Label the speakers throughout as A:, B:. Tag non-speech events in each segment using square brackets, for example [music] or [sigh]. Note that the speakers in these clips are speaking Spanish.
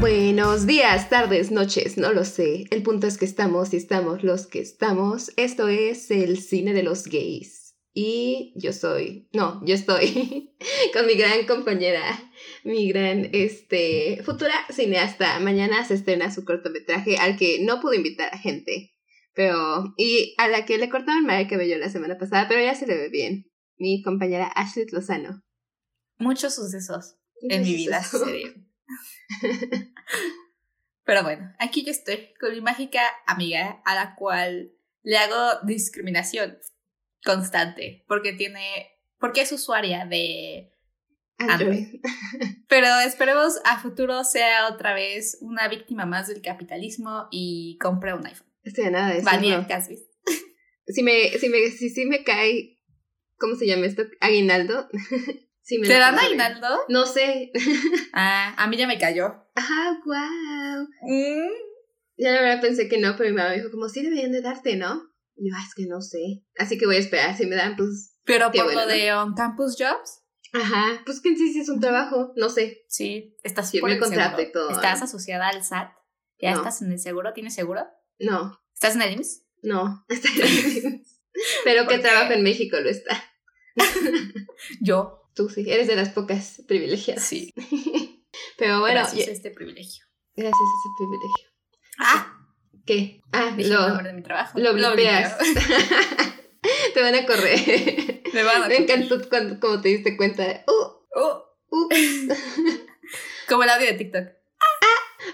A: Buenos días, tardes, noches, no lo sé. El punto es que estamos y estamos los que estamos. Esto es el cine de los gays. Y yo soy, no, yo estoy [laughs] con mi gran compañera, mi gran, este, futura cineasta. Mañana se estrena su cortometraje al que no pude invitar a gente, pero, y a la que le cortaron mal el cabello la semana pasada, pero ya se le ve bien. Mi compañera Ashley Lozano.
B: Muchos sucesos en mi vida,
A: Suceso.
B: serio. [laughs] Pero bueno, aquí yo estoy con mi mágica amiga a la cual le hago discriminación constante porque tiene porque es usuaria de
A: Android.
B: pero esperemos a futuro sea otra vez una víctima más del capitalismo y compre un iPhone.
A: Estoy a nada de decirlo.
B: Vania Casby.
A: Si me, si me, si, si me cae, ¿cómo se llama esto? Aguinaldo. [laughs] Si me
B: ¿Te
A: lo
B: dan
A: pongo bien.
B: aguinaldo?
A: No sé. [laughs]
B: Ah, a mí ya me cayó.
A: Ah, wow.
B: Mm.
A: Ya la verdad pensé que no, pero mi mamá me dijo como, sí deberían de darte, ¿no? Y yo, "Ah, es que no sé. Así que voy a esperar, si me dan, pues,
B: Pero
A: Qué
B: por
A: bueno,
B: lo
A: ¿no?
B: de on campus jobs,
A: ajá, pues que en sí sí es un trabajo, no sé.
B: Sí, estás
A: Firmé
B: por el
A: contrato
B: seguro.
A: y todo,
B: Estás
A: ¿no?
B: asociada al SAT. Ya
A: No.
B: estás en el seguro, ¿tienes seguro?
A: No,
B: ¿Estás en el IMSS?
A: no. [laughs] Está bien. pero que
B: Porque-
A: trabajo en México lo está.
B: Yo.
A: Tú sí, eres de las pocas privilegiadas.
B: Sí.
A: Pero bueno,
B: gracias
A: yo-
B: a este privilegio.
A: gracias a ese privilegio.
B: Ah,
A: ¿Qué? Ah,
B: dije el
A: lo,
B: nombre de mi trabajo.
A: lo
B: bloqueo.
A: bloqueas. [laughs] te van a correr.
B: [laughs] Me van
A: [laughs]
B: a
A: Me encantó cuando, como te diste cuenta. Uh,
B: Oh,
A: uh.
B: [laughs] como el audio de TikTok.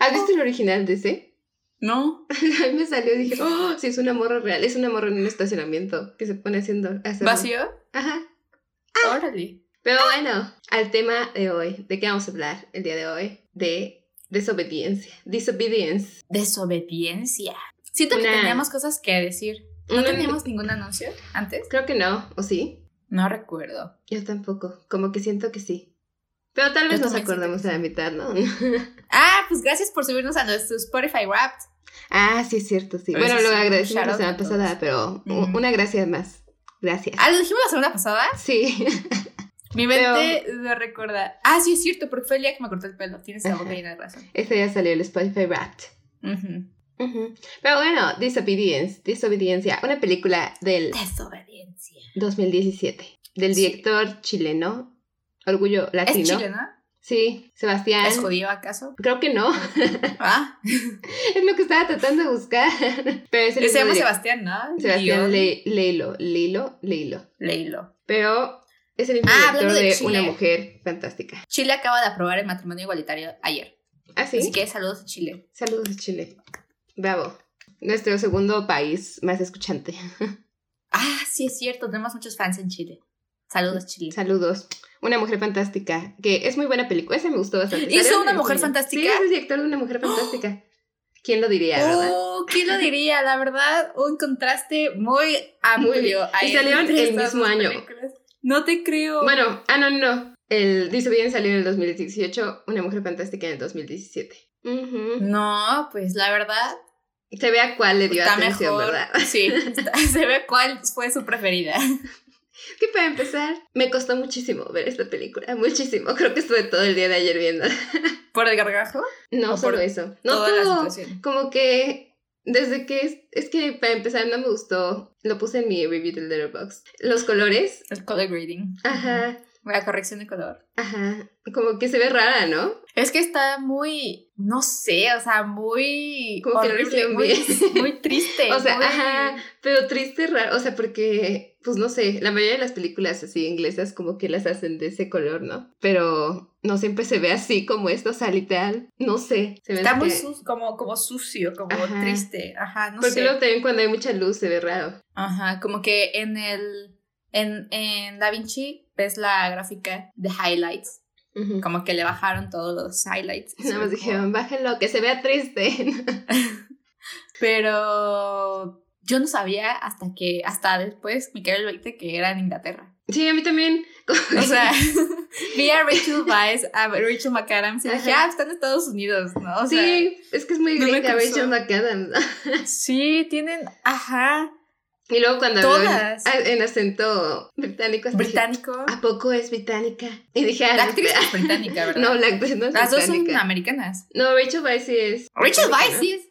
A: ¿Has visto el original de ese? [laughs]
B: No,
A: A mí me salió y
B: [gasps]
A: dije, oh, si es una morra real, es una morra en un estacionamiento que se pone haciendo. haciendo-
B: vacío.
A: Ajá. Ah.
B: Órale.
A: Pero bueno, al tema de hoy, ¿de qué vamos a hablar el día de hoy? De desobediencia. Disobedience.
B: Desobediencia. Siento que
A: Una-
B: teníamos cosas que decir. ¿No
A: Una-
B: teníamos ningún anuncio antes?
A: Creo que no, ¿o sí?
B: No recuerdo.
A: Yo tampoco, como que siento que sí. Pero tal vez
B: Yo
A: nos
B: también
A: acordamos a la mitad, ¿no? [laughs]
B: Ah, pues gracias por subirnos a nuestro Spotify Wrapped.
A: ah, sí, es cierto, sí.
B: Pero
A: Bueno,
B: eso
A: lo
B: sí,
A: agradecimos la
B: shout
A: semana
B: out a todos.
A: pasada, pero u-
B: Ujú.
A: una gracia más. Gracias.
B: Ah, lo dijimos la semana pasada.
A: Sí. [laughs]
B: Mi mente lo recuerda. Ah, sí, es cierto, porque fue el día que me corté el pelo. Tienes la
A: Ajá.
B: boca llena de razón.
A: Ese ya salió el Spotify Wrapped.
B: Ujú.
A: [laughs] Ujú. Pero bueno, Disobedience, Desobediencia, una película del
B: Desobediencia.
A: 2017, del
B: Sí.
A: director chileno, Orgullo
B: ¿Es
A: Latino.
B: chileno?
A: Sí, Sebastián.
B: ¿Es judío acaso?
A: Creo que no, [laughs]
B: Ah,
A: es lo que estaba tratando de buscar. [laughs] Pero es el mismo
B: se llama
A: direc-
B: Sebastián, ¿no?
A: Sebastián
B: Guión.
A: Le- Leilo, Leilo, Leilo.
B: Leilo. Pero.
A: Es el mismo
B: Ah,
A: director
B: hablando de
A: de,
B: Chile.
A: Una Mujer Fantástica.
B: Chile acaba de aprobar el matrimonio igualitario ayer.
A: Ah, sí.
B: Así que saludos a Chile.
A: Saludos a Chile. Bravo. Nuestro segundo país más escuchante.
B: Ah, sí, es cierto, tenemos muchos fans en Chile. Saludos, Chile.
A: Saludos. Una mujer fantástica, que es muy buena película. Esa me gustó bastante.
B: ¿Hizo
A: Salió en
B: Una
A: el
B: Mujer
A: cine.
B: Fantástica?
A: Sí, es el director de Una Mujer
B: [gasps]
A: Fantástica. ¿Quién lo diría, verdad?
B: Oh, ¿quién lo diría? La verdad, un contraste muy amplio. ahí
A: Y salieron
B: entre
A: el
B: estas
A: mismo
B: dos
A: año.
B: películas. No te creo.
A: Bueno, ah, no, no. El Disobedient salió en el 2018, Una Mujer Fantástica en el 2017. Ujú.
B: No, pues la verdad,
A: Se ve a cuál le dio
B: Pues está
A: atención,
B: mejor.
A: ¿verdad? [laughs]
B: [laughs] Sí, está- se ve cuál fue su preferida. [laughs]
A: Que para empezar, me costó muchísimo ver esta película. Muchísimo. Creo que estuve todo el día de ayer viéndola.
B: ¿Por el gargajo?
A: [laughs] No
B: O
A: solo
B: por
A: eso. No
B: Toda la
A: todo.
B: situación.
A: Como que desde que es, es que para empezar no me gustó, lo puse en mi review del Letterboxd. Los colores,
B: El color grading.
A: ajá,
B: La corrección de color.
A: ajá, como que se ve rara, ¿no?
B: Es que está muy, no sé, o sea, muy
A: Como que no
B: horrible,
A: hicieron
B: muy,
A: bien.
B: [laughs] muy triste.
A: O sea,
B: muy-
A: ajá, pero triste raro, o sea, porque pues no sé, la mayoría de las películas así inglesas como que las hacen de ese color, ¿no? Pero no siempre se ve así como esto, o sea, literal, no sé, se me
B: Está
A: hace
B: muy
A: que-
B: su- como, como sucio, como
A: Ajá.
B: triste. Ajá, no
A: porque
B: sé.
A: luego también cuando hay mucha luz se ve raro.
B: Ajá, como que en el, en, en Da Vinci ves la gráfica de highlights.
A: Ujú.
B: Como que le bajaron todos los highlights.
A: Nada más dijeron, bájenlo, que se vea triste. [laughs]
B: Pero yo no sabía hasta que, hasta después me quedé el 20 que era en Inglaterra.
A: sí, a mí también. [laughs]
B: O sea, vi a Rachel Weisz, a Rachel McAdams y dije,
A: Ajá.
B: ah, está en Estados Unidos, ¿no? O sea,
A: sí, es que es muy
B: no me
A: gringa
B: causó-
A: Rachel McAdams.
B: sí, tienen, ajá.
A: Y luego cuando hablan
B: Todas.
A: en acento británico, hasta dije,
B: Británico.
A: ¿a poco es británica? Y dije, ah,
B: La
A: no,
B: actriz
A: espera.
B: es británica, ¿verdad?
A: No, la actriz no es
B: Las dos son
A: británica.
B: americanas.
A: No, Rachel Weisz sí es.
B: Rachel
A: británica,
B: Weisz
A: ¿no?
B: sí es.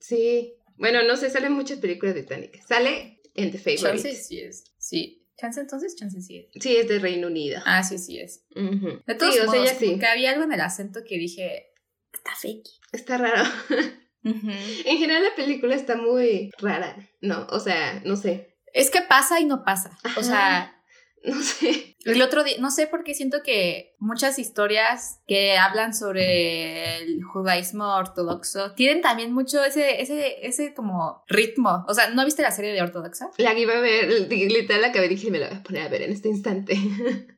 A: Sí. Bueno, no sé, salen muchas películas británicas. Sale en The Favorite.
B: Chance sí es. Sí. Chance entonces, chance sí es.
A: Sí, es de Reino Unido.
B: Ah, sí, sí es.
A: Ujú.
B: De todos
A: sí, o sea,
B: modos,
A: ella sí.
B: como que había algo en el acento que dije, está fake.
A: Está raro. [laughs] En general la película está muy rara, ¿no? O sea, no sé.
B: Es que pasa y no pasa.
A: Ajá.
B: O sea,
A: No [laughs] sé.
B: el otro día, no sé por qué siento que muchas historias que hablan sobre el judaísmo ortodoxo tienen también mucho ese, ese, ese como ritmo. O sea, ¿no viste la serie de ortodoxa?
A: La que iba a ver, literal la que y dije, me la voy a poner a ver en este instante. [laughs]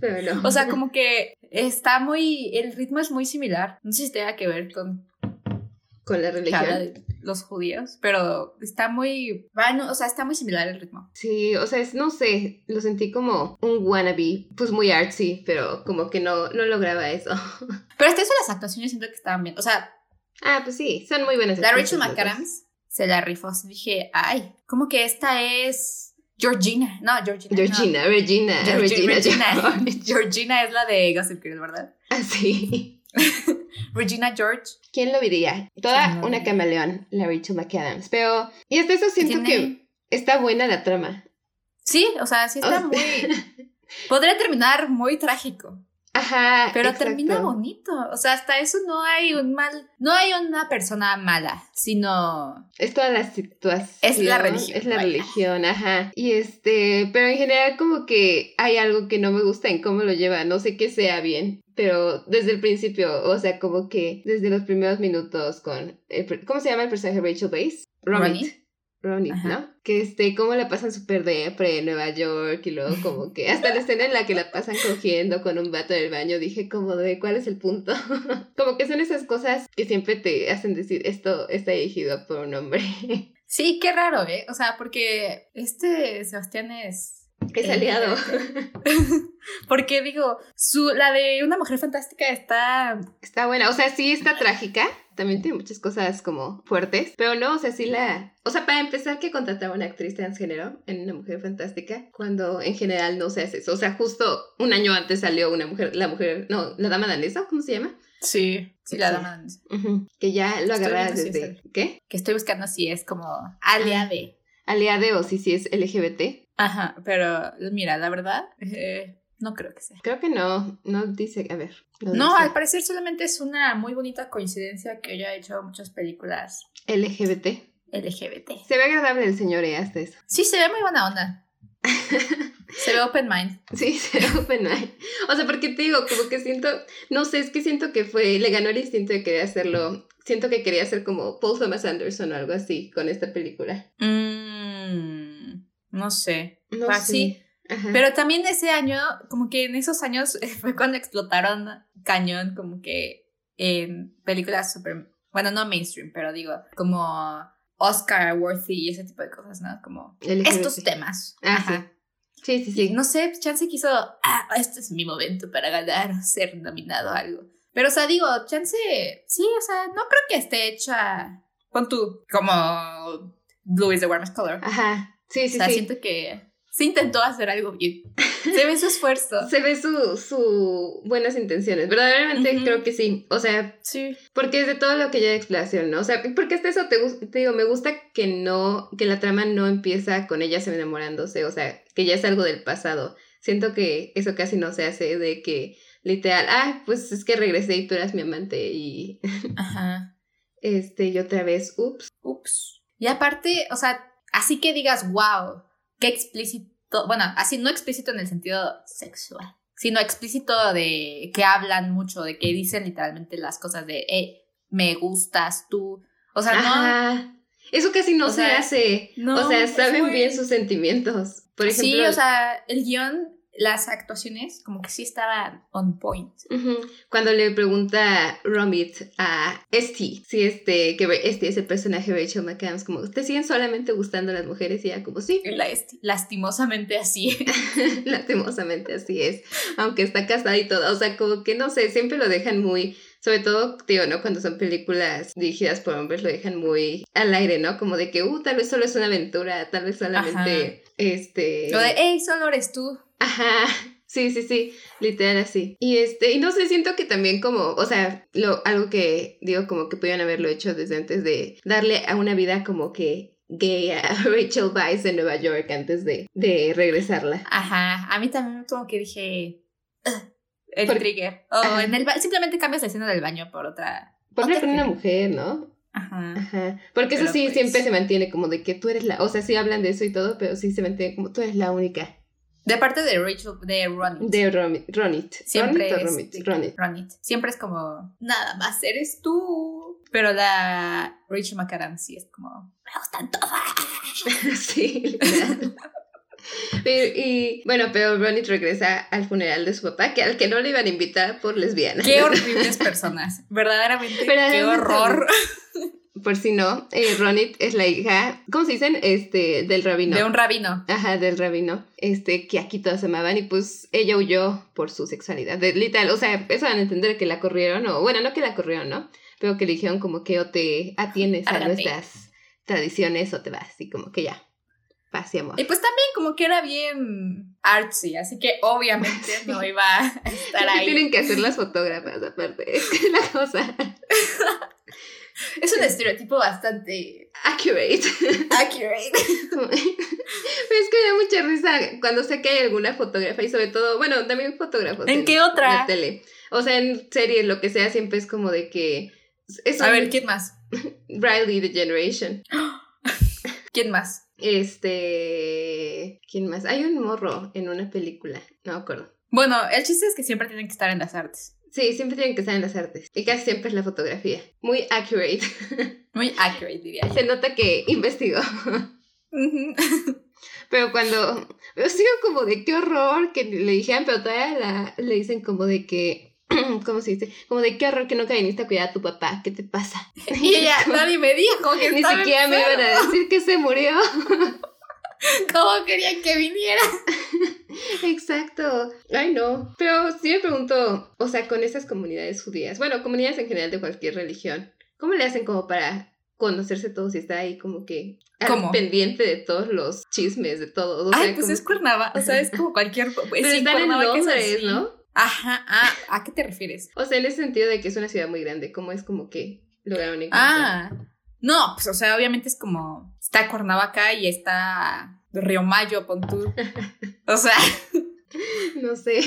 A: Pero no.
B: O sea, como que está muy, el ritmo es muy similar. No sé si tenga que ver con
A: Con la
B: que
A: religión.
B: habla de los judíos, pero está muy, bueno, o sea, está muy similar el ritmo.
A: Sí, o sea, es- no sé, lo sentí como un wannabe, pues muy artsy, pero como que no, no lograba eso. [laughs]
B: Pero hasta eso las actuaciones siento que estaban bien. O sea,
A: Ah, pues sí, son muy buenas.
B: La
A: actrices
B: Rachel
A: las dos.
B: McAdams se la rifó. Dije, ay, como que esta es Georgina. No, Georgina. no.
A: Georgina, Regina,
B: Georgi-
A: Regina,
B: Regina. [laughs]
A: George.
B: Georgina es la de Gossip Girl, ¿verdad?
A: [laughs] Ah, sí.
B: Regina George.
A: ¿Quién lo diría? Toda
B: ¿Quién lo
A: una
B: diría?
A: camaleón, la Rachel McAdams. Pero, y hasta eso siento que
B: tiene-
A: está buena la trama.
B: Sí, o sea, sí está
A: O-
B: muy... Podría terminar muy trágico,
A: [laughs] Ajá.
B: pero
A: exacto.
B: termina bonito. O sea, hasta eso no hay un mal... No hay una persona mala, sino...
A: Es toda la situación.
B: Es la religión,
A: Es la
B: vaya.
A: religión, ajá. Y este, pero en general como que hay algo que no me gusta en cómo lo lleva. No sé qué sea bien, pero desde el principio, o sea, como que desde los primeros minutos con, el per- ¿cómo se llama el personaje Rachel Bass? Ronit. Ronit,
B: Ajá.
A: ¿no? Que este, cómo la pasan súper depre en Nueva York y luego como que hasta la escena en la que la pasan cogiendo con un vato en el baño, dije como de cuál es el punto. [laughs] como que son esas cosas que siempre te hacen decir esto está dirigido por un hombre. [laughs]
B: Sí, qué raro, ¿eh? O sea, porque este Sebastián es...
A: es aliado.
B: este [laughs] Porque digo, su, la de una mujer fantástica está.
A: Está buena, o sea, sí está trágica, también tiene muchas cosas como fuertes, pero no, o sea, sí la... O sea, para empezar que contrataba a una actriz transgénero en Una Mujer Fantástica, cuando en general no se hace eso, o sea, justo un año antes salió una mujer, la mujer, no, la dama danesa, ¿cómo se llama?
B: Sí. Sí, la
A: Sí.
B: dama.
A: Ujú, Que ya lo
B: Estoy
A: agarraba
B: viendo si
A: desde... ¿Qué?
B: Que estoy buscando si es como
A: Ah.
B: aliade.
A: Aliade o si sí es LGBT.
B: Ajá, pero mira, la verdad, eh, no creo que sea.
A: Creo que no, no dice, a ver.
B: No, al
A: dice.
B: parecer solamente es una muy bonita coincidencia que haya hecho muchas películas
A: LGBT.
B: LGBT.
A: Se ve agradable el señor, eh, hasta eso. [laughs]
B: Sí, se ve muy buena onda. Se ve open mind.
A: Sí, [laughs] se open eye. O sea, porque te digo, como que siento, no sé, es que siento que fue, le ganó el instinto de querer hacerlo. Siento que quería hacer como Paul Thomas Anderson o algo así con esta película.
B: Mm, no sé.
A: No
B: Ah,
A: sé.
B: sí.
A: Ajá.
B: Pero también ese año, como que en esos años [laughs] eh, fue cuando explotaron cañón, como que en películas super, bueno, no mainstream, pero digo, como Oscar worthy y ese tipo de cosas, ¿no? Como
A: LGBT.
B: estos temas.
A: Ah,
B: Ajá.
A: sí. Sí, sí,
B: Y
A: sí.
B: no sé, Chance quiso, ah, este es mi momento para ganar [laughs] o ser nominado a algo. Pero, o sea, digo, Chance, sí, o sea, no creo que esté hecha con tú, como Blue is the warmest color.
A: Ajá. Ah, Sí,
B: O
A: sí,
B: sea,
A: sí.
B: siento que se intentó hacer algo bien. Se ve su esfuerzo.
A: Se ve su, su buenas intenciones. Verdaderamente
B: Ujú.
A: creo que sí. O sea,
B: Sí.
A: Porque es de todo lo que ya exploración, ¿no? O sea, porque hasta eso te, gus- te digo, me gusta que no, que la trama no empieza con ellas enamorándose, o sea, que ya es algo del pasado. Siento que eso casi no se hace de que literal, ah, pues es que regresé y tú eras mi amante y [laughs]
B: Ajá.
A: este, y otra vez, ups.
B: Ups. Y aparte, o sea, así que digas, wow, qué explícito. Bueno, así no explícito en el sentido sexual, sino explícito de que hablan mucho, de que dicen literalmente las cosas de, eh, me gustas tú. O sea, no.
A: Ajá. Eso casi no
B: O
A: se
B: sea,
A: hace.
B: no,
A: o sea,
B: es
A: saben
B: muy-
A: bien sus sentimientos. Por ejemplo,
B: sí, o sea, el guión, las actuaciones, como que sí estaban on point.
A: Ujú. Cuando le pregunta Romit a Esti, si este, que ve- Esti es el personaje de Rachel McAdams, como, ¿te siguen solamente gustando las mujeres? Y ella como,
B: [laughs]
A: sí, [laughs]
B: La- Lastimosamente así.
A: lastimosamente así es, aunque está casada y todo, o sea, como que no sé, siempre lo dejan muy Sobre todo, digo, ¿no? Cuando son películas dirigidas por hombres lo dejan muy al aire, ¿no? Como de que, uh, tal vez solo es una aventura, tal vez solamente, este...
B: Lo de, hey, solo eres tú.
A: Ajá. Sí, sí, sí, literal así. Y este, y no sé, siento que también como, o sea, lo, algo que digo como que pudieron haberlo hecho desde antes de darle a una vida como que gay a [laughs] Rachel Weisz en Nueva York antes de, de regresarla.
B: Ajá, a mí también como que dije, "Ugh", el
A: Por- [laughs]
B: trigger. O
A: Ajá.
B: en el ba- simplemente cambias la escena del baño por otra.
A: Ponle
B: otra
A: con una
B: escena.
A: mujer, ¿no?
B: Ajá.
A: Ajá. Porque eso
B: Pero
A: sí
B: pues-
A: siempre se mantiene como de que tú eres la, o sea, sí hablan de eso y todo, pero sí se mantiene como tú eres la única
B: De parte de Rachel, de Ronnie.
A: de Ronit. Ronit.
B: Siempre
A: Ronit o
B: es-
A: Ronit. Ronit.
B: Ronnie. Siempre es como, nada más eres tú. Pero la Rachel McAdams sí es como, me gustan
A: [laughs]
B: todas.
A: sí.
B: [laughs]
A: literal. Pero- y bueno, pero Ronit regresa al funeral de su papá, que al que no le iban a invitar por lesbiana. [laughs]
B: Qué horribles personas. Verdaderamente, qué
A: Verdaderamente.
B: horror.
A: Por si no, eh, Ronit es la hija, ¿cómo se dicen? Este, del rabino.
B: De un rabino.
A: Ajá, del rabino, este, que aquí todas se amaban y pues ella huyó por su sexualidad, de, literal, o sea, eso van a entender que la corrieron, o bueno, no que la corrieron, ¿no? Pero que le dijeron como que o te atienes a
B: Árgate.
A: nuestras tradiciones o te vas, y como que ya, paz y amor.
B: Y pues también como que era bien artsy, así que obviamente
A: [laughs] Sí.
B: no iba a estar
A: ¿Qué
B: ahí.
A: tienen que hacer las fotógrafas aparte? Es que es la cosa
B: Es un estereotipo bastante
A: accurate.
B: accurate.
A: Como- Pero es que me da mucha risa cuando sé que hay alguna fotógrafa y sobre todo, bueno, también fotógrafos.
B: ¿En qué otra?
A: La tele. O sea, en series, lo que sea, siempre es como de que... Es
B: A
A: un-
B: ver, ¿quién más?
A: Riley The Generation.
B: ¿Quién más?
A: Este. ¿Quién más? Hay un morro en una película. No me acuerdo.
B: Bueno, el chiste es que siempre tienen que estar en las artes.
A: Sí, siempre tienen que estar en las artes. Y casi siempre es la fotografía. Muy accurate.
B: Muy accurate, diría yo.
A: Se nota que investigó.
B: Ujú.
A: Pero cuando. Pero sigo como de qué horror que le dijeron, pero todavía la- le dicen como de que. [clears throat] ¿Cómo se dice? Como de qué horror que nunca viniste a cuidar a tu papá. ¿Qué te pasa?
B: [laughs] Y ella, nadie me dijo
A: [laughs]
B: que
A: Ni
B: estaba
A: siquiera me iban a decir que se
B: [laughs]
A: murió.
B: ¿Cómo querían que viniera?
A: Exacto. Ay, no. Pero sí me pregunto, o sea, con esas comunidades judías, bueno, comunidades en general de cualquier religión, ¿cómo le hacen como para conocerse todos y estar ahí como que al
B: ¿Cómo?
A: pendiente de todos los chismes, de todos? O
B: Ay,
A: sea,
B: pues
A: como-
B: es Cuernavaca, o sea, es como cualquier...
A: Pero
B: sí,
A: están en
B: Cuernavaca es
A: Londres,
B: así.
A: ¿no?
B: Ajá, ah, ¿a qué te refieres?
A: O sea, en ese sentido de que es una ciudad muy grande, ¿cómo es como que lograron encontrar?
B: Ah, no, pues o sea, obviamente es como está Cuernavaca y está Río Mayo, pon
A: [laughs]
B: tú. O sea,
A: No
B: [laughs]
A: sé.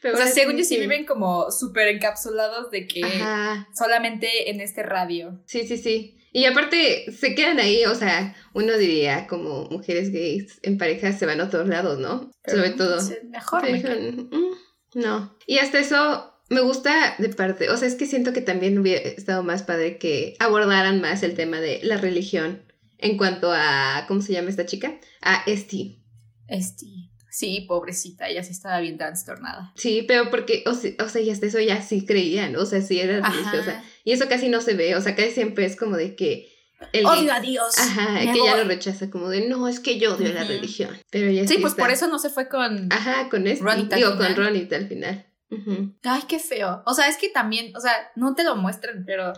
A: Pero
B: o
A: ahora
B: sea, según yo sí
A: que-
B: viven como súper encapsulados de que
A: Ajá.
B: solamente en este radio.
A: Sí, sí, sí. Y aparte, se quedan ahí, o sea, uno diría como mujeres gays en pareja se van a otros lados, ¿no?
B: Pero,
A: Sobre todo.
B: pues, es mejor.
A: Pero
B: me
A: dijo,
B: cae.
A: "Mm, no. Y hasta eso me gusta de parte, o sea, es que siento que también hubiera estado más padre que abordaran más el tema de la religión en cuanto a, ¿cómo se llama esta chica? A Esti.
B: Este, sí, pobrecita, ella sí estaba bien trastornada.
A: Sí, pero porque, o se- o sea, y hasta eso ya sí creían, o sea, sí era religiosa.
B: Ajá.
A: Y eso casi no se ve, o sea, casi siempre es como de que... El gay-
B: Odio a Dios.
A: Ajá,
B: me
A: que ya
B: voy.
A: lo rechaza como de, no, es que yo odio la
B: Ujú.
A: religión. Pero ya
B: Sí, pues
A: está.
B: por eso no se fue con.
A: Ajá, con este.
B: Ronit al
A: digo, con
B: final.
A: Ronit al final. Ujú.
B: Ay, qué feo. O sea, es que también, o sea, no te lo muestran, pero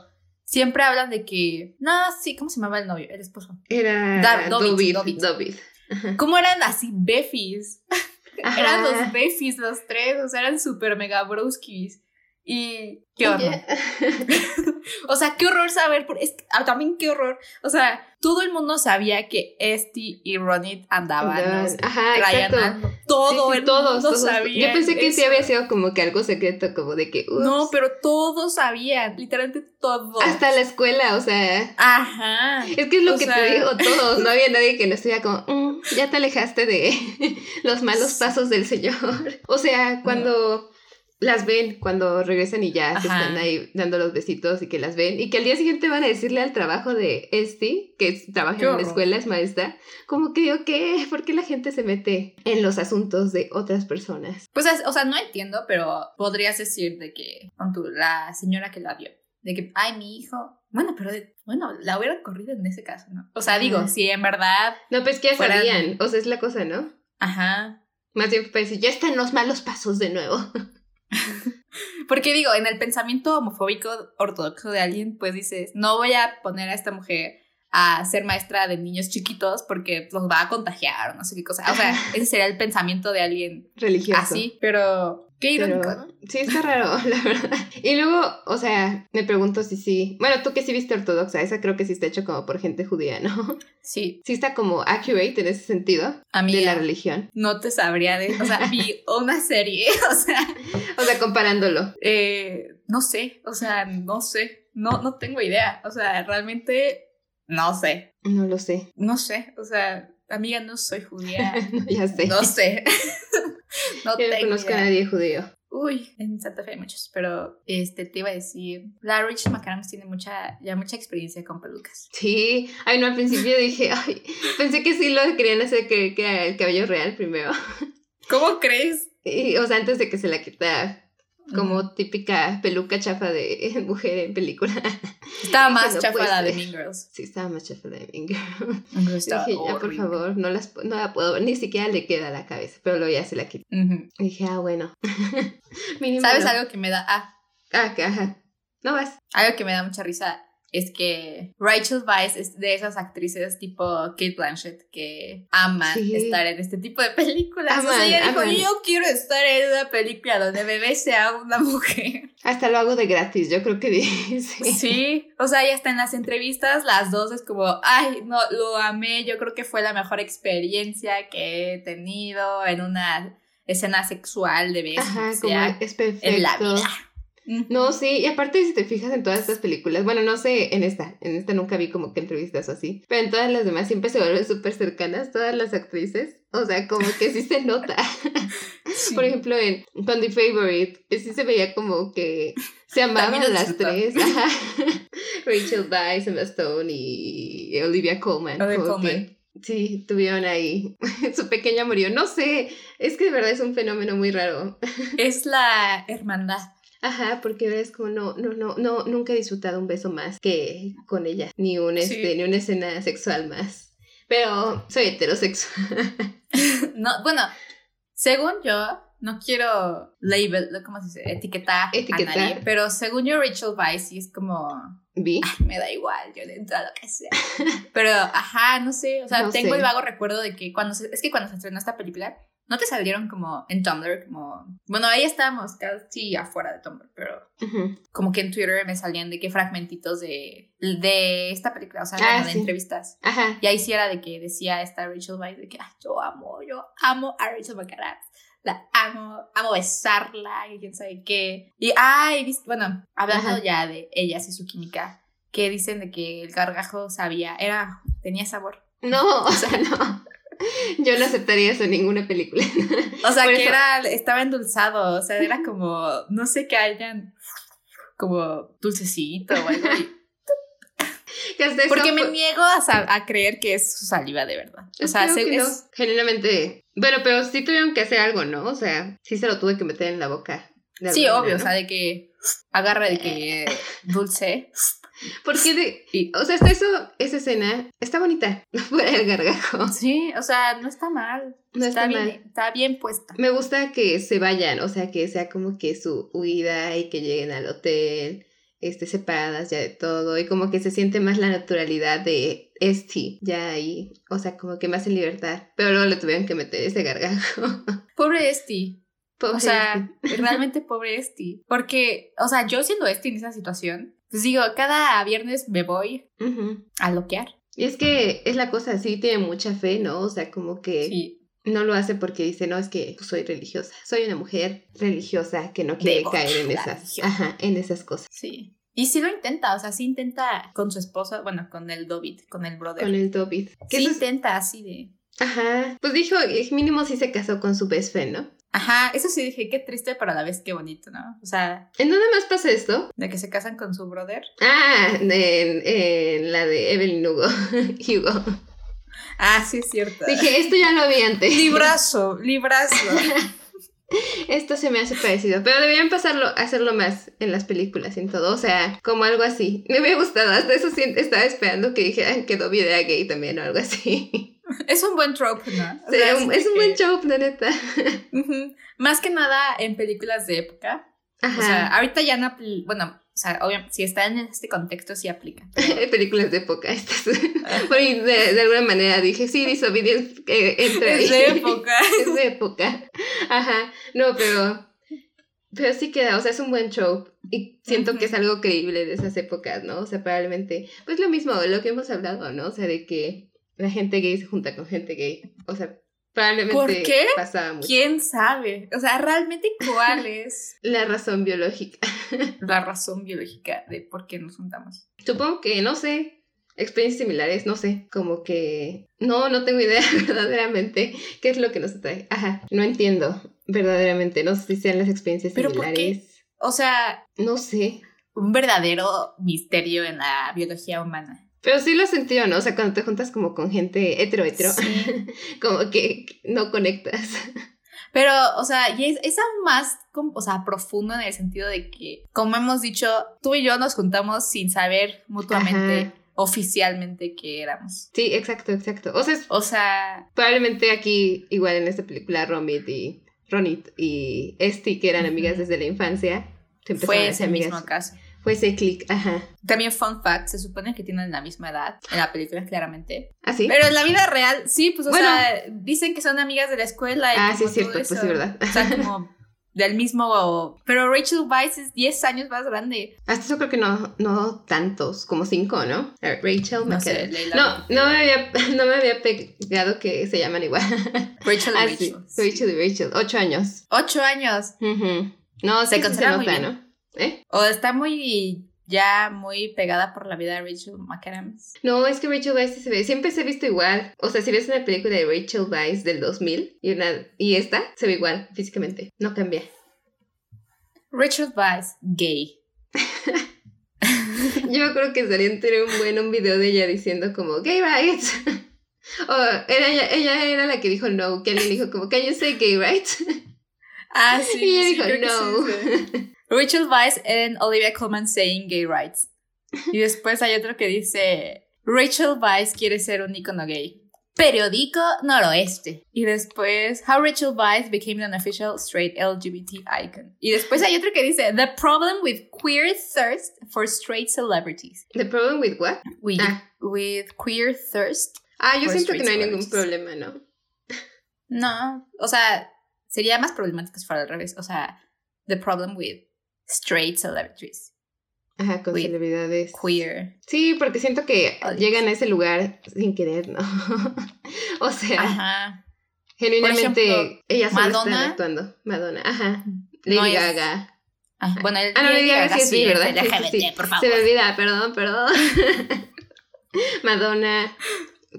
B: siempre hablan de que. No, sí, ¿cómo se llamaba el novio? El esposo.
A: Era
B: Da-
A: Dovid.
B: Dovid,
A: Dovid.
B: Dovid. ¿Cómo eran así befis?
A: Ajá.
B: Eran los befis los tres, o sea, eran super mega broskis. Y qué horror.
A: Ella-
B: O sea, qué horror saber, por- es- ah, también qué horror. O sea, todo el mundo sabía que Esti y Ronit andaban.
A: Andaban-
B: o sea,
A: [laughs] Ajá,
B: traían
A: exacto.
B: algo. todo
A: Sí, sí,
B: el
A: todos,
B: mundo
A: todos.
B: sabía.
A: Yo pensé que sí
B: eso.
A: había sido como que algo secreto, como de que. ups,
B: No, pero todos sabían, literalmente todos.
A: Hasta la escuela, o sea.
B: Ajá.
A: Es que es lo
B: O
A: que te
B: sea-
A: digo,
B: [laughs]
A: todos. No había nadie que no estuviera como, "Mm, ya te alejaste de [laughs] los malos pasos del Señor. [laughs] O sea, cuando las ven, cuando regresan y ya se
B: Ajá.
A: están ahí dando los besitos y que las ven, y que al día siguiente van a decirle al trabajo de Esti, que es- trabaja
B: Qué
A: en una
B: horror.
A: escuela, es maestra, como que digo, ¿qué? ¿Por qué la gente se mete en los asuntos de otras personas?
B: Pues, es- o sea, no entiendo, pero podrías decir de que, con tu, la señora que la vio, de que, ay, mi hijo, bueno, pero, de- bueno, la hubieran corrido en ese caso, ¿no? O sea, digo,
A: Ajá.
B: si en verdad,
A: No, pues que ya
B: Fueran-
A: sabían, o sea, es la cosa, ¿no? pues,
B: ajá.
A: Más bien parece, ya están los malos pasos de nuevo.
B: Porque digo, en el pensamiento homofóbico ortodoxo de alguien, pues dices, no voy a poner a esta mujer a ser maestra de niños chiquitos porque los va a contagiar, no sé qué cosa.
A: [laughs]
B: O sea, ese sería el pensamiento de alguien
A: [laughs] Religioso.
B: así, pero qué irónico.
A: Pero-
B: ¿no?
A: Sí, está raro, [laughs] la verdad. Y luego, o sea, me pregunto si sí. Bueno, tú que sí viste ortodoxa, esa creo que sí está hecho como por gente judía, ¿no? [laughs]
B: Sí,
A: Sí está como accurate en ese sentido
B: a mí
A: de la religión.
B: no te sabría de, o sea,
A: [laughs]
B: vi una serie, [laughs] o sea,
A: O sea, comparándolo.
B: eh, no sé, o sea, no sé, no, no tengo idea, o sea, realmente no sé,
A: No lo sé.
B: no sé, o sea, amiga, no
A: [laughs]
B: soy judía,
A: ya sé.
B: [laughs] no sé, [laughs] no
A: Yo no
B: tengo
A: conozco a
B: idea.
A: nadie judío.
B: Uy, en Santa Fe hay muchos, pero este te iba a decir, la Rich McAdams tiene mucha, ya mucha experiencia con pelucas.
A: Sí. Ay, no, al principio dije, [laughs] ay, pensé que sí lo querían hacer creer que era el cabello real primero. [laughs]
B: ¿Cómo crees? Mm.
A: Y, o sea, antes de que se la quitara. Como típica peluca chafa de [laughs] mujer en película. [laughs]
B: estaba
A: dije,
B: más
A: no puede
B: chafada de
A: ser.
B: Mean [laughs] Girls.
A: Sí, estaba más chafa la de Mean Girls.
B: Estaba
A: dije, ya por
B: horrible.
A: favor, no, las, pu- no la puedo ver, ni siquiera le queda la cabeza, pero luego ya se la quita.
B: Ujú.
A: Y dije, ah, bueno. [laughs] Mínimo
B: ¿Sabes
A: no.
B: algo que me da? Ah,
A: Ah, que, ajá. No vas.
B: Algo que me da mucha risa es que Rachel Weisz es de esas actrices tipo Kate Blanchett que aman
A: Sí.
B: estar en este tipo de películas.
A: Aman,
B: o sea, ella
A: aman.
B: dijo, yo quiero estar en una película donde bebé sea una [laughs] mujer.
A: Hasta lo hago de gratis, yo creo que [laughs] dice.
B: Sí, o sea, y hasta en las entrevistas las dos es como, ay, no, lo amé, yo creo que fue la mejor experiencia que he tenido en una escena sexual de besos,
A: Ajá,
B: o
A: como
B: sea,
A: es perfecto.
B: en la vida.
A: No, sí, y aparte si te fijas en todas estas películas, bueno, no sé, en esta, en esta nunca vi como que entrevistas o así, pero en todas las demás siempre se vuelven súper cercanas todas las actrices, o sea, como que sí se nota. [laughs]
B: Sí.
A: Por ejemplo, en Candy Favorite, eh, sí se veía como que se amaban
B: También
A: las
B: disfrutó.
A: tres. Ajá. [laughs] Rachel Weisz, Emma Stone y Olivia Colman.
B: Olivia
A: como que
B: Colman.
A: Sí, tuvieron ahí [laughs] su pequeño amorío. No sé, es que de verdad es un fenómeno muy raro.
B: Es la hermandad. [laughs]
A: Ajá, porque es como no, no, no, no, nunca he disfrutado un beso más que con ella, ni un este,
B: Sí.
A: ni una escena sexual más. Pero soy heterosexual. [laughs]
B: No, bueno, según yo, no quiero label, ¿cómo se dice? Etiquetar
A: Etiquetar.
B: a nadie, pero según yo, Rachel Weisz sí es como,
A: Vi.
B: me da igual, yo le entro a lo que sea. Pero, ajá, no sé, o sea,
A: No
B: tengo
A: sé.
B: el vago recuerdo de que cuando, se- es que cuando se estrenó esta película, no te salieron como en Tumblr, como, bueno, ahí estábamos casi afuera de Tumblr, pero
A: Ujú.
B: como que en Twitter me salían de que fragmentitos de, de esta película, o sea,
A: Ah,
B: como de
A: sí.
B: entrevistas.
A: Ajá.
B: Y ahí sí era de que decía esta Rachel Weisz de que "Ah, yo amo, yo amo a Rachel McAdams. La amo, amo besarla y quién sabe qué. Y ay, vis- bueno, hablando
A: Ajá.
B: ya de ellas y su química, que dicen de que el gargajo sabía, era, tenía sabor.
A: No, [laughs] o sea, no. Yo no aceptaría eso en ninguna película. [laughs]
B: O sea,
A: Por
B: que
A: eso-
B: era, estaba endulzado, o
A: [laughs]
B: sea, era como, no sé que hayan como dulcecito o
A: [laughs]
B: algo. así.
A: Que hasta eso
B: Porque me
A: fue-
B: niego a, sa- a creer que es su saliva de verdad. O sea,
A: creo
B: se-
A: que no.
B: es-
A: Genuinamente. Bueno, pero sí tuvieron que hacer algo, ¿no? O sea, sí se lo tuve que meter en la boca. de
B: Sí,
A: alguna
B: obvio, o sea,
A: manera,
B: de que agarra
A: [laughs]
B: de que dulce.
A: ¿no? Porque de.
B: Y-
A: O sea, hasta eso, esa escena está bonita. [laughs] Fuera del gargajo.
B: Sí, o sea, no está mal.
A: No está, mal.
B: bien, está bien puesta.
A: Me gusta que se vayan, o sea, que sea como que su huida y que lleguen al hotel, este, separadas ya de todo, y como que se siente más la naturalidad de este, ya ahí, o sea, como que más en libertad, pero luego le tuvieron que meter ese gargajo. [laughs]
B: Pobre Esti. O
A: Pobre
B: sea,
A: [laughs] Esti.
B: realmente pobre Esti. Porque, o sea, yo siendo Esti en esa situación, pues digo, cada viernes me voy
A: este. Ujú.
B: a loquear.
A: Y es que es la cosa, sí tiene mucha fe, ¿no? O sea, como que
B: Sí.
A: no lo hace porque dice, no, es que pues, soy religiosa, soy una mujer religiosa que no quiere
B: Devota
A: caer en
B: la
A: esas,
B: religión.
A: ajá, en esas cosas.
B: Sí. Y sí lo intenta, o sea, sí intenta con su esposa, bueno, con el David, con el brother.
A: Con el David. Que
B: sí
A: eso es-
B: intenta así de...
A: Ajá. Pues dijo, eh, mínimo sí se casó con su best friend, ¿no?
B: Ajá, eso sí dije, qué triste, pero a la vez qué bonito, ¿no? O sea,
A: ¿En dónde Eh, más pasa esto?
B: de que se casan con su brother.
A: Ah, en, en la de Evelyn Hugo. [laughs] Hugo.
B: Ah, sí, es cierto.
A: Dije, esto ya lo vi antes.
B: librazo, librazo.
A: Esto se me hace parecido. Pero deberían pasarlo, hacerlo más en las películas, en todo. O sea, como algo así. Me había gustado. Hasta eso sí estaba esperando que dijeran que Dobby era gay también o algo así.
B: [laughs] es un buen trope, ¿no? O
A: Sería
B: sea,
A: un-
B: siento
A: es un buen
B: que-
A: show, la neta.
B: Ujú. Más que nada en películas de época.
A: Ajá. [laughs]
B: O sea, ahorita ya no. apl- Bueno, o sea, obviamente, si está en este contexto, sí aplica.
A: películas de época
B: [laughs]
A: estas. Por ahí, de, de alguna manera dije, sí, Disobedience eh, entra ahí.
B: [laughs] Es de
A: [laughs]
B: época.
A: es de época. Ajá. No, pero. Pero sí queda, o sea, es un buen show. Y siento que es algo creíble de esas épocas, ¿no? O sea, probablemente. Pues lo mismo, lo que hemos hablado, ¿no? O sea, de que la gente gay se junta con gente gay. O sea, probablemente
B: ¿Por qué?
A: pasaba mucho.
B: ¿Quién sabe? O sea, realmente cuál es
A: La razón biológica.
B: la razón biológica de por qué nos juntamos.
A: Supongo que, no sé, experiencias similares, no sé, como que no, no tengo idea [laughs] verdaderamente qué es lo que nos atrae. Ajá, no entiendo verdaderamente, no sé si sean las experiencias
B: ¿Pero por qué?
A: similares.
B: O sea,
A: No sé.
B: un verdadero misterio en la biología humana.
A: Pero sí lo he sentido, ¿no? O sea, cuando te juntas como con gente hetero, hetero,
B: Sí.
A: [laughs] como que no conectas.
B: Pero, o sea, y es, es aún más, com- o sea, profundo en el sentido de que, como hemos dicho, tú y yo nos juntamos sin saber mutuamente,
A: Ajá.
B: oficialmente, que éramos.
A: Sí, exacto, exacto. O sea, es-
B: O sea,
A: probablemente aquí, igual en esta película, Romit y Ronit y Esti, que eran
B: Ujú.
A: amigas desde la infancia, se empezaron
B: fue
A: a
B: ese
A: ser amigas.
B: mismo caso.
A: Fue ese click, ajá.
B: También, fun fact, se supone que tienen la misma edad en la película, claramente.
A: ¿Así?
B: Pero en la vida real, sí, pues, o
A: Bueno.
B: sea, dicen que son amigas de la escuela. Y
A: ah,
B: como
A: sí, es
B: todo
A: cierto, pues
B: eso.
A: sí, verdad.
B: O sea, como del mismo. Pero Rachel Weisz es 10 años más grande.
A: Hasta eso creo que no, no tantos, como cinco, ¿no? A ver, Rachel
B: No sé,
A: McAdams.
B: Leila.
A: No, no me había, [laughs] no me había pegado que se llaman igual.
B: Rachel y
A: Ah, sí,
B: Rachel.
A: Rachel y Rachel, ocho años.
B: 8 años.
A: Ujú. No, sí,
B: Se
A: sí
B: conserva muy
A: nota,
B: bien.
A: ¿no? ¿Eh?
B: O está muy. Ya muy pegada por la vida de Rachel McAdams.
A: No, es que Rachel Weisz se ve, siempre se ha visto igual. O sea, si ves una película de Rachel Weisz del 2000 y, una, y esta, se ve igual físicamente, no cambia. [laughs]
B: Rachel Weisz, gay.
A: Yo creo que salió en Twitter un buen un video de ella diciendo como gay rights. [laughs] O era ella, ella era la que dijo no, que alguien dijo como can you say gay rights? [laughs]
B: Ah, sí.
A: y ella
B: sí,
A: dijo
B: creo que
A: no.
B: sí, sí.
A: [laughs]
B: Rachel Weisz and Olivia Colman saying gay rights. Y después hay otro que dice, Rachel Weisz quiere ser un ícono gay. Periódico noroeste. Y después, How Rachel Weisz became an official straight LGBT icon. Y después hay otro que dice, The problem with queer thirst for straight celebrities.
A: The problem with what?
B: With,
A: Ah.
B: with queer thirst.
A: Ah, yo
B: Por
A: siento que no hay
B: straight
A: ningún
B: celebrities.
A: problema, ¿no?
B: No, o sea, sería más problemático si fuera al revés. O sea, The problem with straight celebrities.
A: Ajá, con
B: With
A: celebridades.
B: Queer.
A: Sí, porque siento que
B: Ay.
A: llegan a ese lugar sin querer, ¿no? [laughs] o sea,
B: Ajá.
A: genuinamente
B: Por ejemplo,
A: ellas solo están
B: Madonna. Mm.
A: actuando. Madonna, ajá. Lady
B: No es-
A: Gaga.
B: Ah, bueno, el
A: Ah, no,
B: día
A: Lady
B: de
A: Gaga sí es
B: sí,
A: bi,
B: es
A: ¿verdad? Sí, sí,
B: LGBT,
A: sí.
B: por favor.
A: Se me olvida, perdón, perdón. [laughs] Madonna,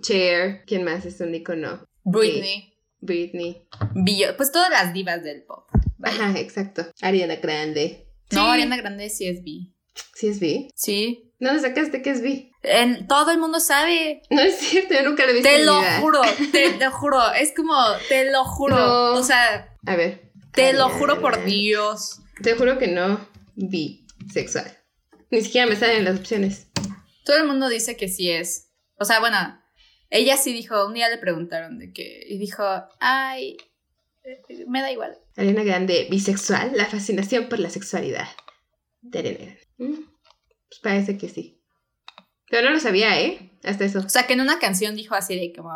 A: Cher, ¿quién más es un icono?
B: Britney,
A: Britney.
B: Billie- pues todas las divas del pop. vaya.
A: Ajá, exacto. Ariana Grande.
B: No,
A: Sí.
B: Ariana Grande sí es bi.
A: ¿Sí es B?
B: Sí.
A: ¿No le sacaste que es B?
B: En, todo el mundo sabe.
A: No es [laughs] cierto, yo nunca lo he visto.
B: Te
A: en mi
B: lo
A: vida.
B: juro, te
A: [laughs]
B: lo juro. Es como, te lo juro.
A: No.
B: O sea,
A: A ver.
B: te lo
A: Ariana.
B: juro por Dios.
A: Te juro que no vi sexual. Ni siquiera me salen las opciones.
B: Todo el mundo dice que sí es. O sea, bueno, ella sí dijo, un día le preguntaron de qué. Y dijo, ay, eh, me da igual.
A: Ariana Grande, bisexual, la fascinación por la sexualidad de Ariana Grande. Mm, pues parece que sí. Pero no lo sabía, ¿eh? Hasta eso.
B: O sea, que en una canción dijo así de como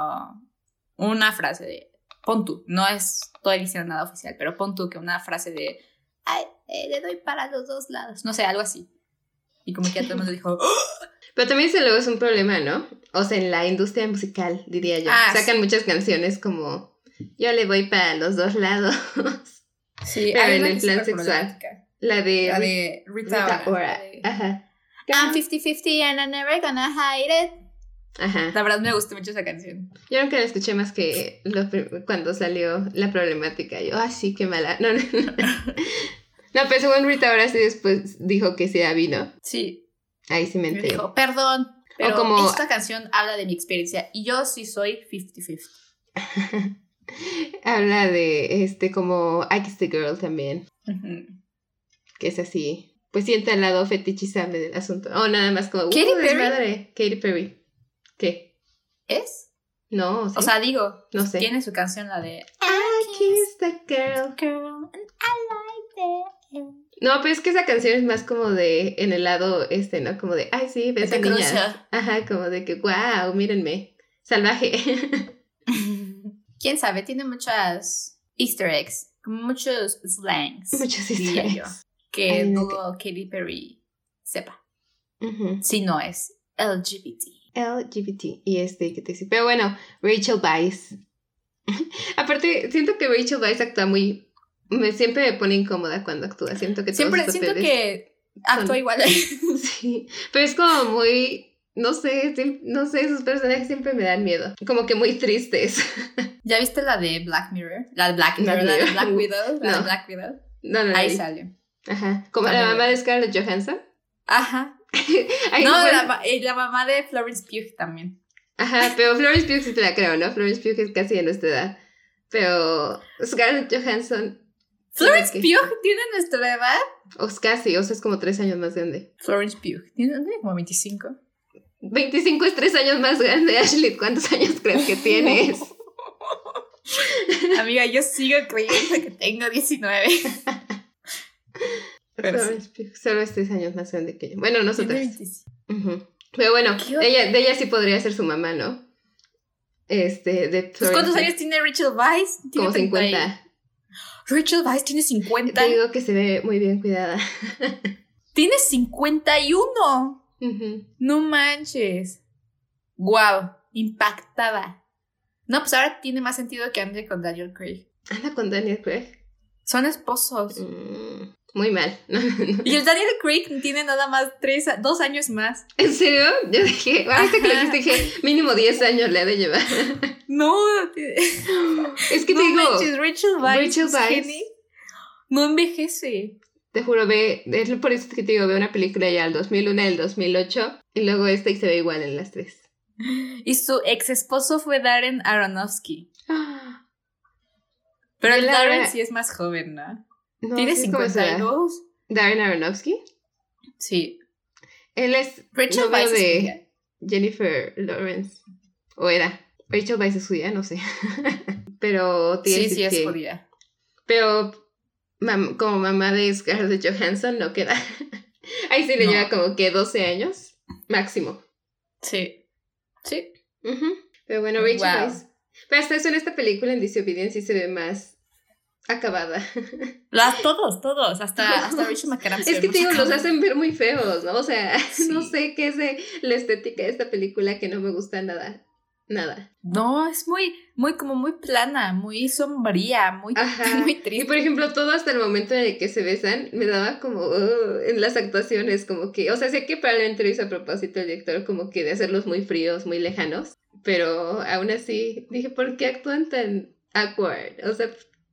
B: una frase de pon tú, no es estoy diciendo nada oficial, pero pon tú que una frase de ay, eh, le doy para los dos lados, no sé, algo así. Y como que ya todo el mundo dijo, "¡Ah!".
A: Pero también se luego es un problema, ¿no? O sea, en la industria musical, diría yo.
B: Ah,
A: Sacan muchas canciones como Yo le voy para los dos lados.
B: [laughs]
A: [laughs]
B: sí,
A: Pero
B: hay
A: en
B: una
A: el
B: que es
A: plan
B: súper
A: sexual.
B: problemática,
A: la de,
B: La Eh, de Rita,
A: Rita Ora.
B: Ora, la de,
A: Ajá.
B: I'm 50-50 and I'm never gonna hide it.
A: Ajá.
B: La verdad me gustó mucho esa canción.
A: Yo nunca la escuché más que lo prim- cuando salió la problemática. Yo, ah, sí, qué mala. [laughs] No, no, no. No, pero según Rita ahora sí después dijo que sí era vino.
B: Sí,
A: Ahí sí me
B: me
A: enteré.
B: dijo, perdón, pero
A: como-
B: esta canción habla de mi experiencia y yo sí soy
A: [laughs]
B: 50-50.
A: Habla de este como I Kiss the Girl también,
B: Ujú.
A: que es así. Pues sienta al lado fetichizable del asunto. O nada más como.
B: Katy
A: "Uh,
B: Perry".
A: desmadre, Katy Perry. ¿Qué?
B: ¿Es?
A: No, ¿sí?
B: O sea, digo,
A: no sé.
B: Tiene su canción, la de
A: I Kiss the Girl.
B: Girl and I Like It.
A: No, pero es que esa canción es más como de en el lado este, ¿no? Como de, ay, sí, de esa
B: Te
A: niña.
B: cruza.
A: Ajá, como de que, wow, mírenme, salvaje. [laughs] ¿eh?
B: [laughs] Quién sabe, tiene muchas Easter eggs, muchos slangs.
A: Muchas
B: diría yo,
A: historias.
B: Que
A: Ay, no,
B: dudo Katy Perry sepa.
A: Ujú.
B: Si no es LGBT.
A: LGBT y este que te dice. Pero bueno, Rachel Weisz. [laughs] Aparte, siento que Rachel Weisz actúa muy. Me, siempre me pone incómoda cuando actúa. Siento que todos
B: Siempre
A: sus
B: siento
A: papeles-
B: que actúa
A: son-
B: igual. [laughs]
A: [laughs] Sí, pero es como muy. No sé, sim- no sé, sus personajes siempre me dan miedo. Como que muy tristes. [laughs]
B: ¿Ya viste la de Black Mirror? La de Black
A: Black
B: Mirror, la de
A: Mirror.
B: Black Widow, la de
A: No.
B: Black Widow.
A: No, no, no.
B: Ahí salió.
A: Ajá. Como
B: También.
A: la mamá de Scarlett Johansson. [laughs]
B: Ajá.
A: Ay,
B: no,
A: bueno,
B: la, ma- eh, la mamá de Florence Pugh también.
A: Ajá, pero Florence Pugh sí te la creo, ¿no? Florence Pugh es casi de nuestra edad. Pero Scarlett Johansson.
B: Florence
A: que-
B: Pugh tiene nuestra edad.
A: O es casi, o sea, es como tres años más grande.
B: Florence Pugh tiene ¿no tiene como 25.
A: 25 es tres años más grande, Ashley. ¿Cuántos años crees que
B: [laughs]
A: tienes?
B: Amiga, yo sigo creyendo que tengo 19. Pero sí.
A: Solo es- Solo es tres años más grande que yo. Bueno,
B: Tiene
A: nosotras.
B: 25.
A: Ujú. Pero bueno,
B: ¿Qué otra?
A: ella, de ella sí podría ser su mamá, ¿no? Este, de
B: Pues,
A: Florence
B: ¿Cuántos
A: Pugh,
B: años tiene Rachel Weisz?
A: Como 50.
B: Rachel Weisz tiene 50.
A: Te digo que se ve muy bien cuidada.
B: Tiene 51.
A: Ujú.
B: No manches. Wow, impactada. No, pues ahora tiene más sentido que ande con Daniel Craig.
A: Anda con Daniel Craig.
B: Son esposos.
A: Mm, muy mal. [laughs]
B: Y el Daniel Craig tiene nada más tres, a- dos años más.
A: ¿En serio? Yo dije, ahorita que lo
B: Ajá.
A: dijiste, dije, mínimo 10 años le ha de
B: [laughs]
A: llevar.
B: No,
A: Es que
B: no
A: te digo,
B: manches, Rachel Weisz.
A: Rachel
B: es
A: Weisz.
B: geni. No envejece.
A: Te juro, ve, es lo- por eso que te digo, ve una película ya del 2001, del 2008, y luego esta y se ve igual en las tres.
B: Y su ex esposo fue Darren Aronofsky.
A: Ah,
B: Pero el
A: Yo la
B: Darren
A: verdad-
B: sí es más joven, ¿no?
A: No,
B: Tiene
A: sí, ¿cómo se llama?
B: 52.
A: Darren Aronofsky.
B: Sí.
A: Él es Novio
B: Rachel Weisz es
A: de-
B: genial.
A: Jennifer Lawrence. O era. Rachel Weisz es judía, no sé. [laughs] Pero tiene
B: Sí, sí, es
A: que-
B: judía.
A: Pero mam- como mamá de Scarlett Johansson no queda. [laughs] Ahí sí le
B: No.
A: lleva como que 12 años máximo.
B: Sí. Sí.
A: Ujú. Pero bueno, Rachel
B: Wow.
A: Weisz. Pero hasta eso en esta película en Disobedience sí se ve más acabada.
B: Las, todos, todos. Hasta,
A: Todos.
B: hasta Rachel McAdams.
A: Es que te digo, los
B: hace
A: hacen ver muy feos, ¿no? O sea, [laughs] no
B: Sí.
A: sé qué es de la estética de esta película que no me gusta nada. Nada.
B: No, es muy, muy, como muy plana, muy sombría, muy,
A: Ajá.
B: muy
A: Y
B: triste.
A: por ejemplo, todo hasta el momento en el que se besan me daba como "Ugh", en las actuaciones, como que, o sea, sé que probablemente lo hizo a propósito el director, como que de hacerlos muy fríos, muy lejanos, pero aún así dije, ¿por qué actúan tan awkward? O sea,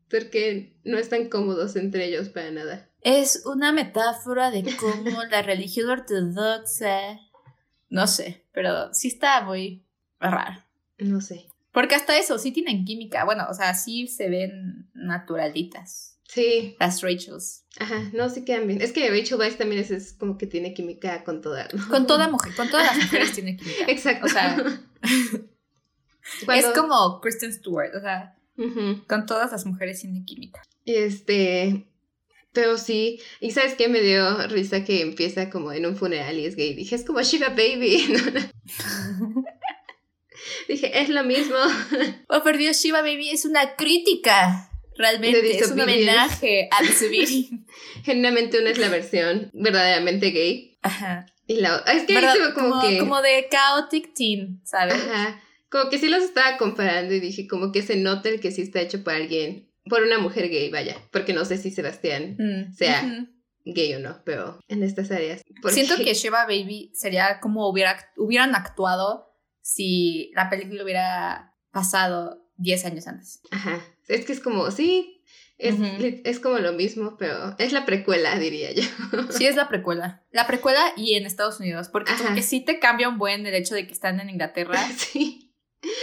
A: porque no están cómodos entre ellos para nada.
B: Es una metáfora de cómo
A: [laughs]
B: la religión ortodoxa. No sé, pero sí está muy raro.
A: No sé.
B: Porque hasta eso, sí tienen química. Bueno, o sea, sí se ven naturalitas.
A: Sí,
B: Las Rachels.
A: ajá, no, sí quedan bien. Es que Rachel Weisz también es, es como que tiene química con toda. ¿no?
B: Con toda mujer, con todas las
A: [laughs]
B: mujeres tiene química.
A: Exacto. [laughs]
B: O sea,
A: Cuando-
B: Es como Kristen Stewart, o sea,
A: Ujú.
B: con todas las mujeres tiene
A: [laughs]
B: química.
A: Este, pero sí, y sabes qué me dio risa que empieza como en un funeral y es gay. Dije, es como Shiva Baby. [laughs] Dije, es lo mismo. [laughs]
B: Oh, por Dios, Shiva Baby es una crítica. Realmente,
A: De
B: es un
A: Disobedience.
B: homenaje
A: [laughs]
B: a Mitsubishi.
A: Generalmente una es la versión verdaderamente gay.
B: Ajá.
A: Y la otra, es que ahí
B: Pero
A: se ve como,
B: como,
A: que...
B: como de Chaotic Teen, ¿sabes?
A: Ajá, como que sí los estaba comparando y dije, como que se nota el que sí está hecho por alguien, por una mujer gay, vaya. Porque no sé si Sebastián
B: Mm,
A: sea,
B: ujú.
A: gay o no, pero en estas áreas. porque-
B: Siento que Sheba Baby sería como hubiera, hubieran actuado si la película hubiera pasado 10
A: [laughs]
B: años antes.
A: [laughs] Ajá. Es que es como, sí, es,
B: Ujú.
A: li- es como lo mismo, pero es la precuela, diría yo.
B: Sí, es la precuela. La precuela y en Estados Unidos, porque
A: Ajá.
B: como que sí te cambia un buen el hecho de que están en Inglaterra.
A: [laughs] sí.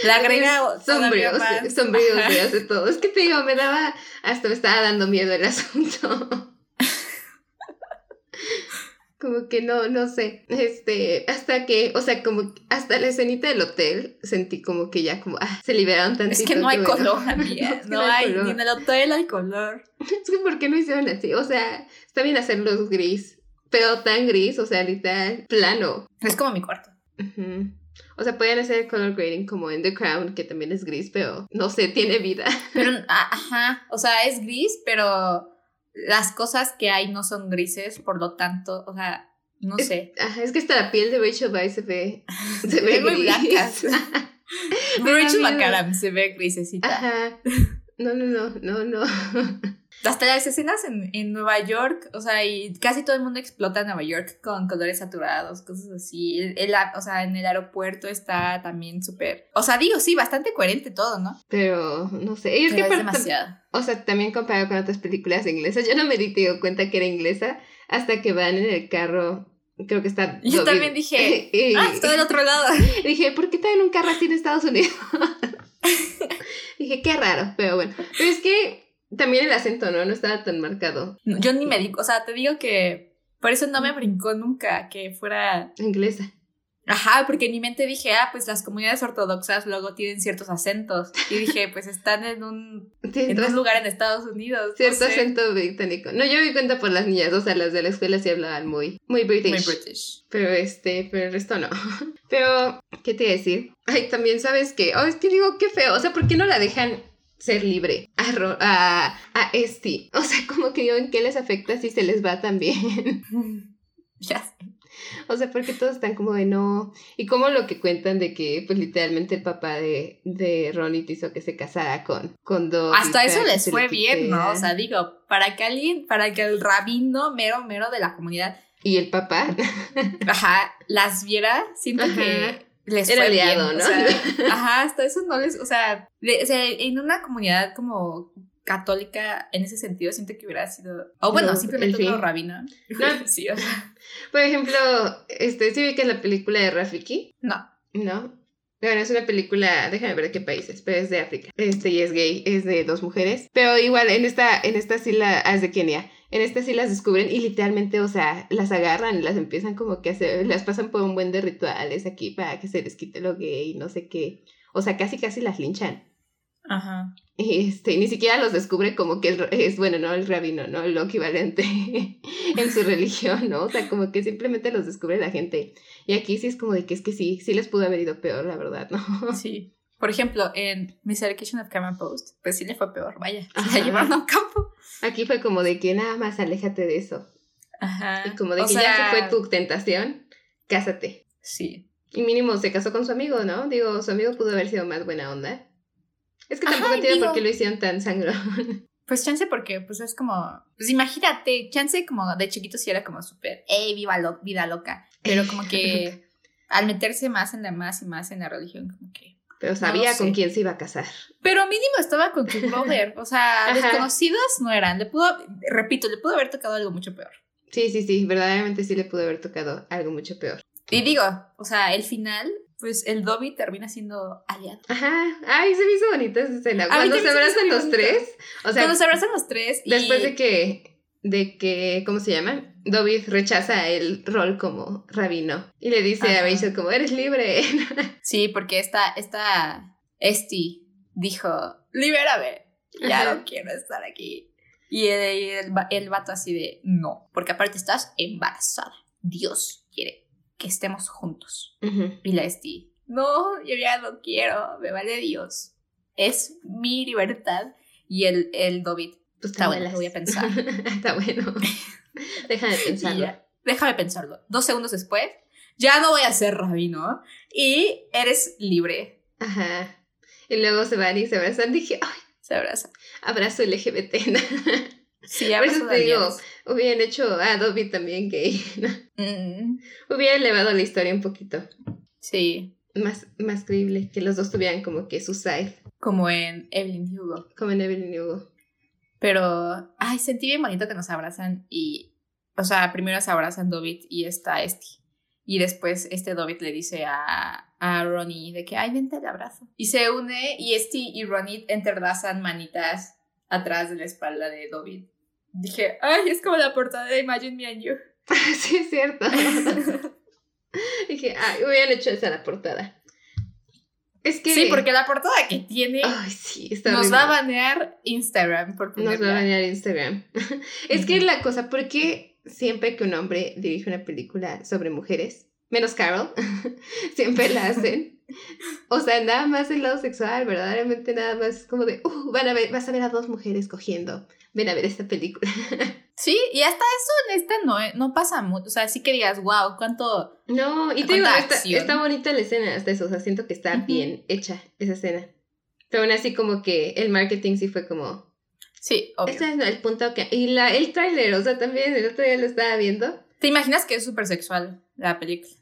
B: Le agrega
A: Es
B: todavía
A: sombríos,
B: más.
A: sombríos
B: Ajá.
A: de hace todo. Es que te digo, me daba, [laughs] hasta me estaba dando miedo el asunto. Como que no, no sé. Este, hasta que, o sea, como hasta la escenita del hotel sentí como que ya como, ah, se liberaron tantito.
B: Es que no hay
A: qué bueno. [laughs]
B: color, amiga.
A: Es que
B: no,
A: no hay
B: hay,
A: color.
B: ni en el hotel hay color.
A: Es que ¿por qué no hicieron así? O sea, está bien hacerlos gris, pero tan gris, o sea, literal, plano.
B: Es como mi cuarto.
A: Ujú. O sea, podían hacer color grading como en The Crown, que también es gris, pero no sé, tiene
B: [laughs]
A: vida. [laughs]
B: Pero, a- ajá, o sea, es gris, pero las cosas que hay no son grises, por lo tanto, o sea, no sé.
A: Ajá, es que hasta la piel de Rachel Weisz se
B: [laughs]
A: ve, se
B: Se
A: ve
B: ven muy
A: gris.
B: blancas.
A: Me da
B: Rachel
A: miedo.
B: McAdams se ve
A: [laughs]
B: grisecita.
A: Ajá. No, no, no, no, no.
B: Hasta las escenas en, en Nueva York, o sea, y casi todo el mundo explota en Nueva York con colores saturados, cosas así. El- el a- o sea, en el aeropuerto está también súper. O sea, digo, sí, bastante coherente todo, ¿no?
A: Pero, no sé. Y es
B: Pero
A: que aparte-
B: demasiado.
A: O sea, también comparado con otras películas inglesas. Yo no me di digo cuenta que era inglesa hasta que van en el carro. Creo que está.
B: Yo
A: Dobby-
B: también dije,
A: [laughs] y-
B: Ah, está del otro
A: [laughs]
B: lado.
A: Dije, ¿por qué traen un carro así en Estados
B: [laughs]
A: Unidos? dije, qué raro, pero bueno. Pero es que también el acento, ¿no? No estaba tan marcado.
B: Yo ni me di, o sea, te digo que por eso no me brincó nunca que fuera.
A: Inglesa.
B: Ajá, porque en mi mente dije, ah, pues las comunidades ortodoxas luego tienen ciertos acentos. Y dije, pues están en un,
A: Tiene
B: en
A: tras-
B: un lugar en Estados Unidos. no
A: Cierto
B: sé.
A: acento británico. No, yo me di cuenta por las niñas, o sea, las de la escuela sí hablaban muy, muy british.
B: Muy British.
A: Pero este, pero el resto no. [laughs] Pero, ¿qué te iba a decir? Ay, también sabes que, oh, es que digo, qué feo. O sea, ¿por qué no la dejan ser libre a, Ro- a, a Esti? O sea, como que digo, ¿en qué les afecta si se les va también?
B: [laughs] ya sé.
A: o sea, porque todos están como de no. Y como lo que cuentan de que, pues literalmente el papá de, de Ronnie hizo que se casara con, con Dobby
B: Hasta eso
A: para que
B: les
A: se
B: fue
A: le
B: bien,
A: quitara.
B: ¿no? O sea, digo, para que alguien, para que el rabino mero, mero de la comunidad,
A: y el papá
B: ajá, las viera, siento
A: Ajá.
B: que les
A: Era
B: fue
A: aliado,
B: bien.
A: ¿no?
B: O
A: [laughs]
B: sea, ajá, hasta eso no les, o sea, de- o sea, en una comunidad como católica, en ese sentido, siento que hubiera sido, o bueno,
A: No, el
B: simplemente
A: fin.
B: otro rabino.
A: No.
B: [laughs] sí, o sea,
A: Por ejemplo, este, ¿sí vi que es la película de Rafiki?
B: No.
A: ¿No? Bueno, es una película, déjame ver qué países, pero es de África. Este, y es gay, es de dos mujeres. Pero igual, en esta, en esta sí la, ah, es de Kenia. En esta sí las descubren y literalmente, o sea, las agarran, las empiezan como que a hacer, las pasan por un buen de rituales aquí para que se les quite lo gay, no sé qué. O sea, casi casi las linchan.
B: Ajá.
A: Y, Este, ni siquiera los descubre como que el ra- es, bueno, no el rabino, no lo equivalente [laughs] en su religión, ¿no? O sea, como que simplemente los descubre la gente. Y aquí sí es como de que es que sí, sí les pudo haber ido peor, la verdad, ¿no? [laughs]
B: Sí. Por ejemplo, en Miss Education of Cameron Post, pues sí le fue peor, vaya. Se
A: Ajá.
B: la llevaron a un campo.
A: Aquí fue como de que nada más aléjate de eso.
B: Ajá.
A: Y como de
B: O
A: que ya
B: sea,
A: se fue tu tentación, cásate.
B: Sí.
A: Y mínimo se casó con su amigo, ¿no? Digo, su amigo pudo haber sido más buena onda. Es que
B: Ajá,
A: tampoco
B: y
A: entiendo por
B: digo-
A: qué lo hicieron tan sangrón.
B: Pues chance porque, pues es como, pues imagínate, chance como de chiquito sí era como súper, ¡eh, viva lo- vida loca! Pero como
A: [laughs]
B: que al meterse más en la más y más en la religión, como que...
A: [laughs] Pero sabía con
B: sé.
A: quién se iba a casar.
B: Pero mínimo estaba con su brother, o sea,
A: Ajá.
B: desconocidos no eran, le pudo, repito, le pudo haber tocado algo mucho peor.
A: Sí, sí, sí, verdaderamente sí le pudo haber tocado algo mucho peor.
B: Y digo, o sea, el final, pues el Dobby termina siendo aliado.
A: Ajá, ay, se me hizo bonita esa escena.
B: mí
A: Cuando
B: también
A: se
B: se me hizo
A: abrazan
B: muy
A: los
B: bonito.
A: tres, o sea,
B: Cuando se abrazan los tres y...
A: después de que, de que, ¿cómo se llama? Dobby rechaza el rol como rabino y le dice a
B: Ajá.
A: Rachel como, eres libre.
B: Sí, porque esta, esta, Esti dijo, libérame, [laughs] ya
A: Ajá. [laughs]
B: no quiero estar aquí. Y el, y el va- el vato así de, no, porque aparte estás embarazada. Dios quiere que estemos juntos.
A: Ujú.
B: Y la Esti, no, yo ya no quiero, me vale Dios. Es mi libertad. Y el, el David,
A: Pues
B: Está bueno,
A: abuelas.
B: lo voy a pensar.
A: [laughs] Está
B: [laughs]
A: bueno. Deja de
B: y
A: pensarlo.
B: ya, déjame pensarlo. Dos segundos después, ya no voy a ser rabino y eres libre.
A: Ajá. Y luego se van y se abrazan. Dije, ay,
B: Se abraza.
A: abrazo LGBT.
B: Sí,
A: Por eso
B: abrazo de
A: te digo,
B: aliados.
A: [laughs] Hubieran hecho a Dobby también gay. [laughs]
B: Mm,
A: Hubieran elevado la historia un poquito.
B: sí,
A: Más, más creíble que los dos tuvieran como que su side.
B: como en Evelyn Hugo.
A: como en Evelyn Hugo.
B: Pero, ay, sentí bien bonito que nos abrazan y, o sea, primero se abrazan Dobit y está Esti. Y después este Dobit le dice a, a Ronnie de que, ay, vente al abrazo. Y se une y Esti y Ronnie entrelazan manitas
A: [laughs]
B: atrás de la espalda de Dobit. Dije, ay, es como la portada de Imagine Me and You.
A: [laughs] sí, es
B: [laughs]
A: cierto. Dije, ay, hubieran hecho esa la portada. Es que.
B: Sí, porque la portada que tiene
A: Ay, sí, Ah, está
B: nos
A: horrible.
B: va a banear Instagram por
A: Nos va a
B: ponerla.
A: banear Instagram. [laughs] es que es la cosa, porque siempre que un hombre dirige una película sobre mujeres, menos Carol, [laughs] siempre
B: [laughs]
A: la hacen. O sea, nada más el lado sexual, verdaderamente nada más es como de, uh, van a ver, vas a ver a dos mujeres cogiendo, ven a ver esta película.
B: Sí, y hasta eso en esta no, eh, no pasa mucho. O sea, sí que digas, wow, cuánto.
A: No, y te
B: Con
A: digo,
B: la
A: está,
B: acción.
A: está bonita la escena hasta eso, o sea, siento que está
B: Ujú.
A: bien hecha esa escena. Pero aún así como que el marketing sí fue como,
B: Sí, obvio.
A: Este es el punto que... Y la, el tráiler, o sea, también el otro día lo estaba viendo.
B: ¿Te imaginas que es súper sexual la película?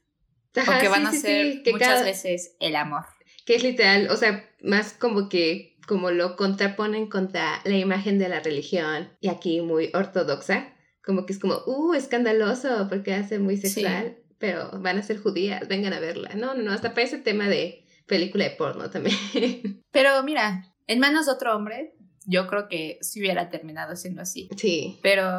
A: Ajá,
B: Porque
A: sí,
B: van a
A: sí,
B: ser
A: sí, que
B: muchas
A: cada-
B: veces el amor.
A: Que es literal, o sea, más como que como lo contraponen contra la imagen de la religión y aquí muy ortodoxa, como que es como, uh, escandaloso porque hace muy sexual, pero van a ser judías, vengan a verla. No, no, no, hasta para ese tema de película de porno también. [laughs]
B: Pero mira, en manos de otro hombre, yo creo que sí hubiera terminado siendo así.
A: sí.
B: Pero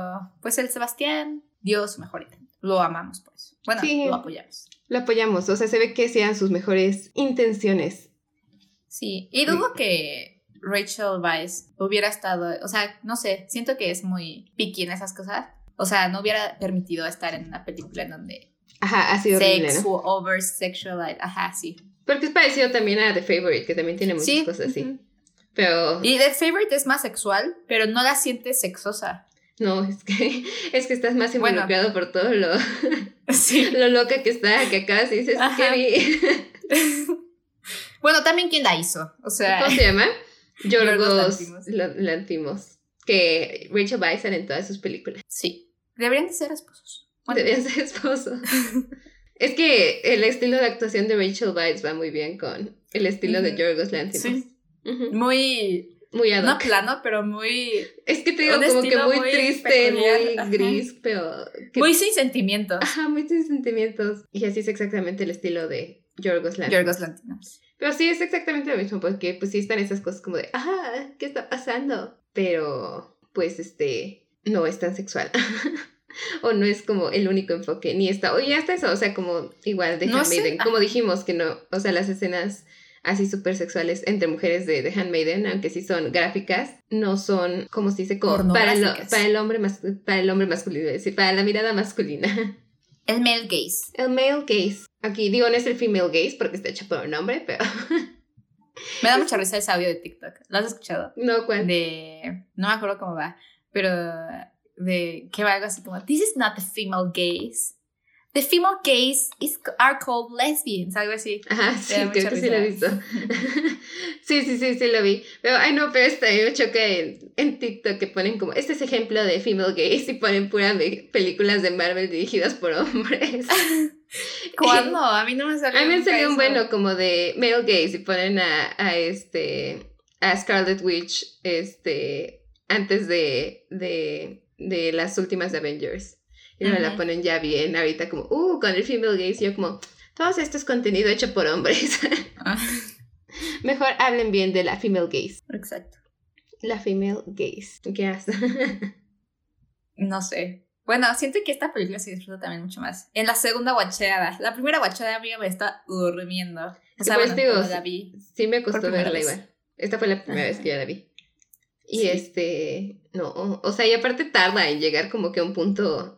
B: pues el Sebastián dio su mejor intento. Lo amamos por eso. Bueno,
A: Sí.
B: lo apoyamos.
A: Lo apoyamos, o sea, se ve que sean sus mejores intenciones.
B: Sí, y dudo que Rachel Weisz hubiera estado, o sea, no sé, siento que es muy picky en esas cosas. O sea, no hubiera permitido estar en una película en donde
A: Ajá, ha sido horrible, ¿no?
B: sex o over sexualized, ajá, sí.
A: Porque es parecido también a The Favorite, que también tiene muchas
B: Sí,
A: cosas así.
B: ujú.
A: Pero
B: Y The Favorite es más sexual, pero no la sientes
A: [laughs]
B: sexosa.
A: no, es que, [laughs] es que estás más
B: Bueno.
A: involucrado por todo lo,
B: Sí.
A: [laughs] lo loca que está, que acabas y dices,
B: Ajá.
A: ¿qué vi?
B: Bueno, también quién la hizo. O sea,
A: [laughs] ¿Cómo se llama? Yorgos
B: [laughs] Yorgos
A: Lan- Lantimos. Que Rachel Weisz sale en todas sus películas.
B: sí. Deberían de ser esposos.
A: [laughs]
B: Bueno,
A: Debería ser
B: [laughs]
A: esposo. es que el estilo de actuación de Rachel Weisz va muy bien con el estilo de
B: Ujú.
A: Yorgos Lantimos.
B: Sí.
A: Ujú.
B: muy.
A: Muy ad
B: No
A: hoc.
B: plano, pero muy.
A: Es que te digo
B: un
A: como que
B: estilo
A: muy,
B: muy
A: triste,
B: peculiar,
A: muy
B: ajá.
A: gris, pero que
B: Muy sin sentimientos.
A: [laughs] Ajá, muchos sentimientos. Y así es exactamente el estilo de Yorgos Lanthimos.
B: Yorgos Lantinos.
A: Pero sí, es exactamente lo mismo, porque pues sí están esas cosas como de, ah, ¿qué está pasando? Pero, pues, este, no es tan sexual. [laughs] o no es como el único enfoque, ni está, o ya está eso, o sea, como igual de
B: No sé, ah.
A: Handmaiden,
B: ajá.
A: como dijimos que no, o sea, las escenas así súper sexuales entre mujeres de The Handmaiden, aunque sí son gráficas, no son, como se dice, como para el,
B: Pornográficas.
A: para el hombre mas- para el hombre masculino, es decir, para la mirada masculina. [laughs]
B: El male gaze.
A: El male gaze. Aquí digo, no es el female gaze porque está hecho por un hombre, pero [laughs]
B: Me da mucha risa ese audio de TikTok. ¿Lo has escuchado?
A: no cuenta.
B: De. No me acuerdo cómo va, pero. De que va algo así como: This is not the female gaze. The female gaze is, are called lesbians.
A: [laughs]
B: Algo así.
A: Ajá, sí,
B: da
A: creo
B: mucha
A: que sí lo he visto.
B: risa.
A: [laughs] sí, sí, sí, sí lo vi. Pero, ay, no, pero está me choca en, en TikTok que ponen como, este es ejemplo de female gaze y ponen puras me- películas de Marvel dirigidas por hombres.
B: ¿Cuándo? A mí no me salió.
A: A mí me
B: nunca
A: salió un
B: eso.
A: bueno como de male gaze y ponen a, a este, a Scarlet Witch, este, antes de, de, de las últimas Avengers. Y me la
B: Ajá.
A: ponen ya bien ahorita como, uh, con el female gaze. Y yo como, todos estos contenido hecho por hombres.
B: Ah,
A: [laughs] Mejor hablen bien de la female gaze.
B: Exacto.
A: La female gaze. ¿Qué haces?
B: No sé. Bueno, siento que esta película se disfruta también mucho más. En la segunda guacheada. La primera guacheada, amiga, me está durmiendo. O sea,
A: Pues
B: bueno,
A: digo,
B: cuando la vi.
A: Sí me costó
B: Por primera
A: verla
B: vez.
A: igual. Esta fue la primera
B: Ajá.
A: vez que yo la vi. Y
B: Sí.
A: este, no, o sea, y aparte tarda en llegar como que a un punto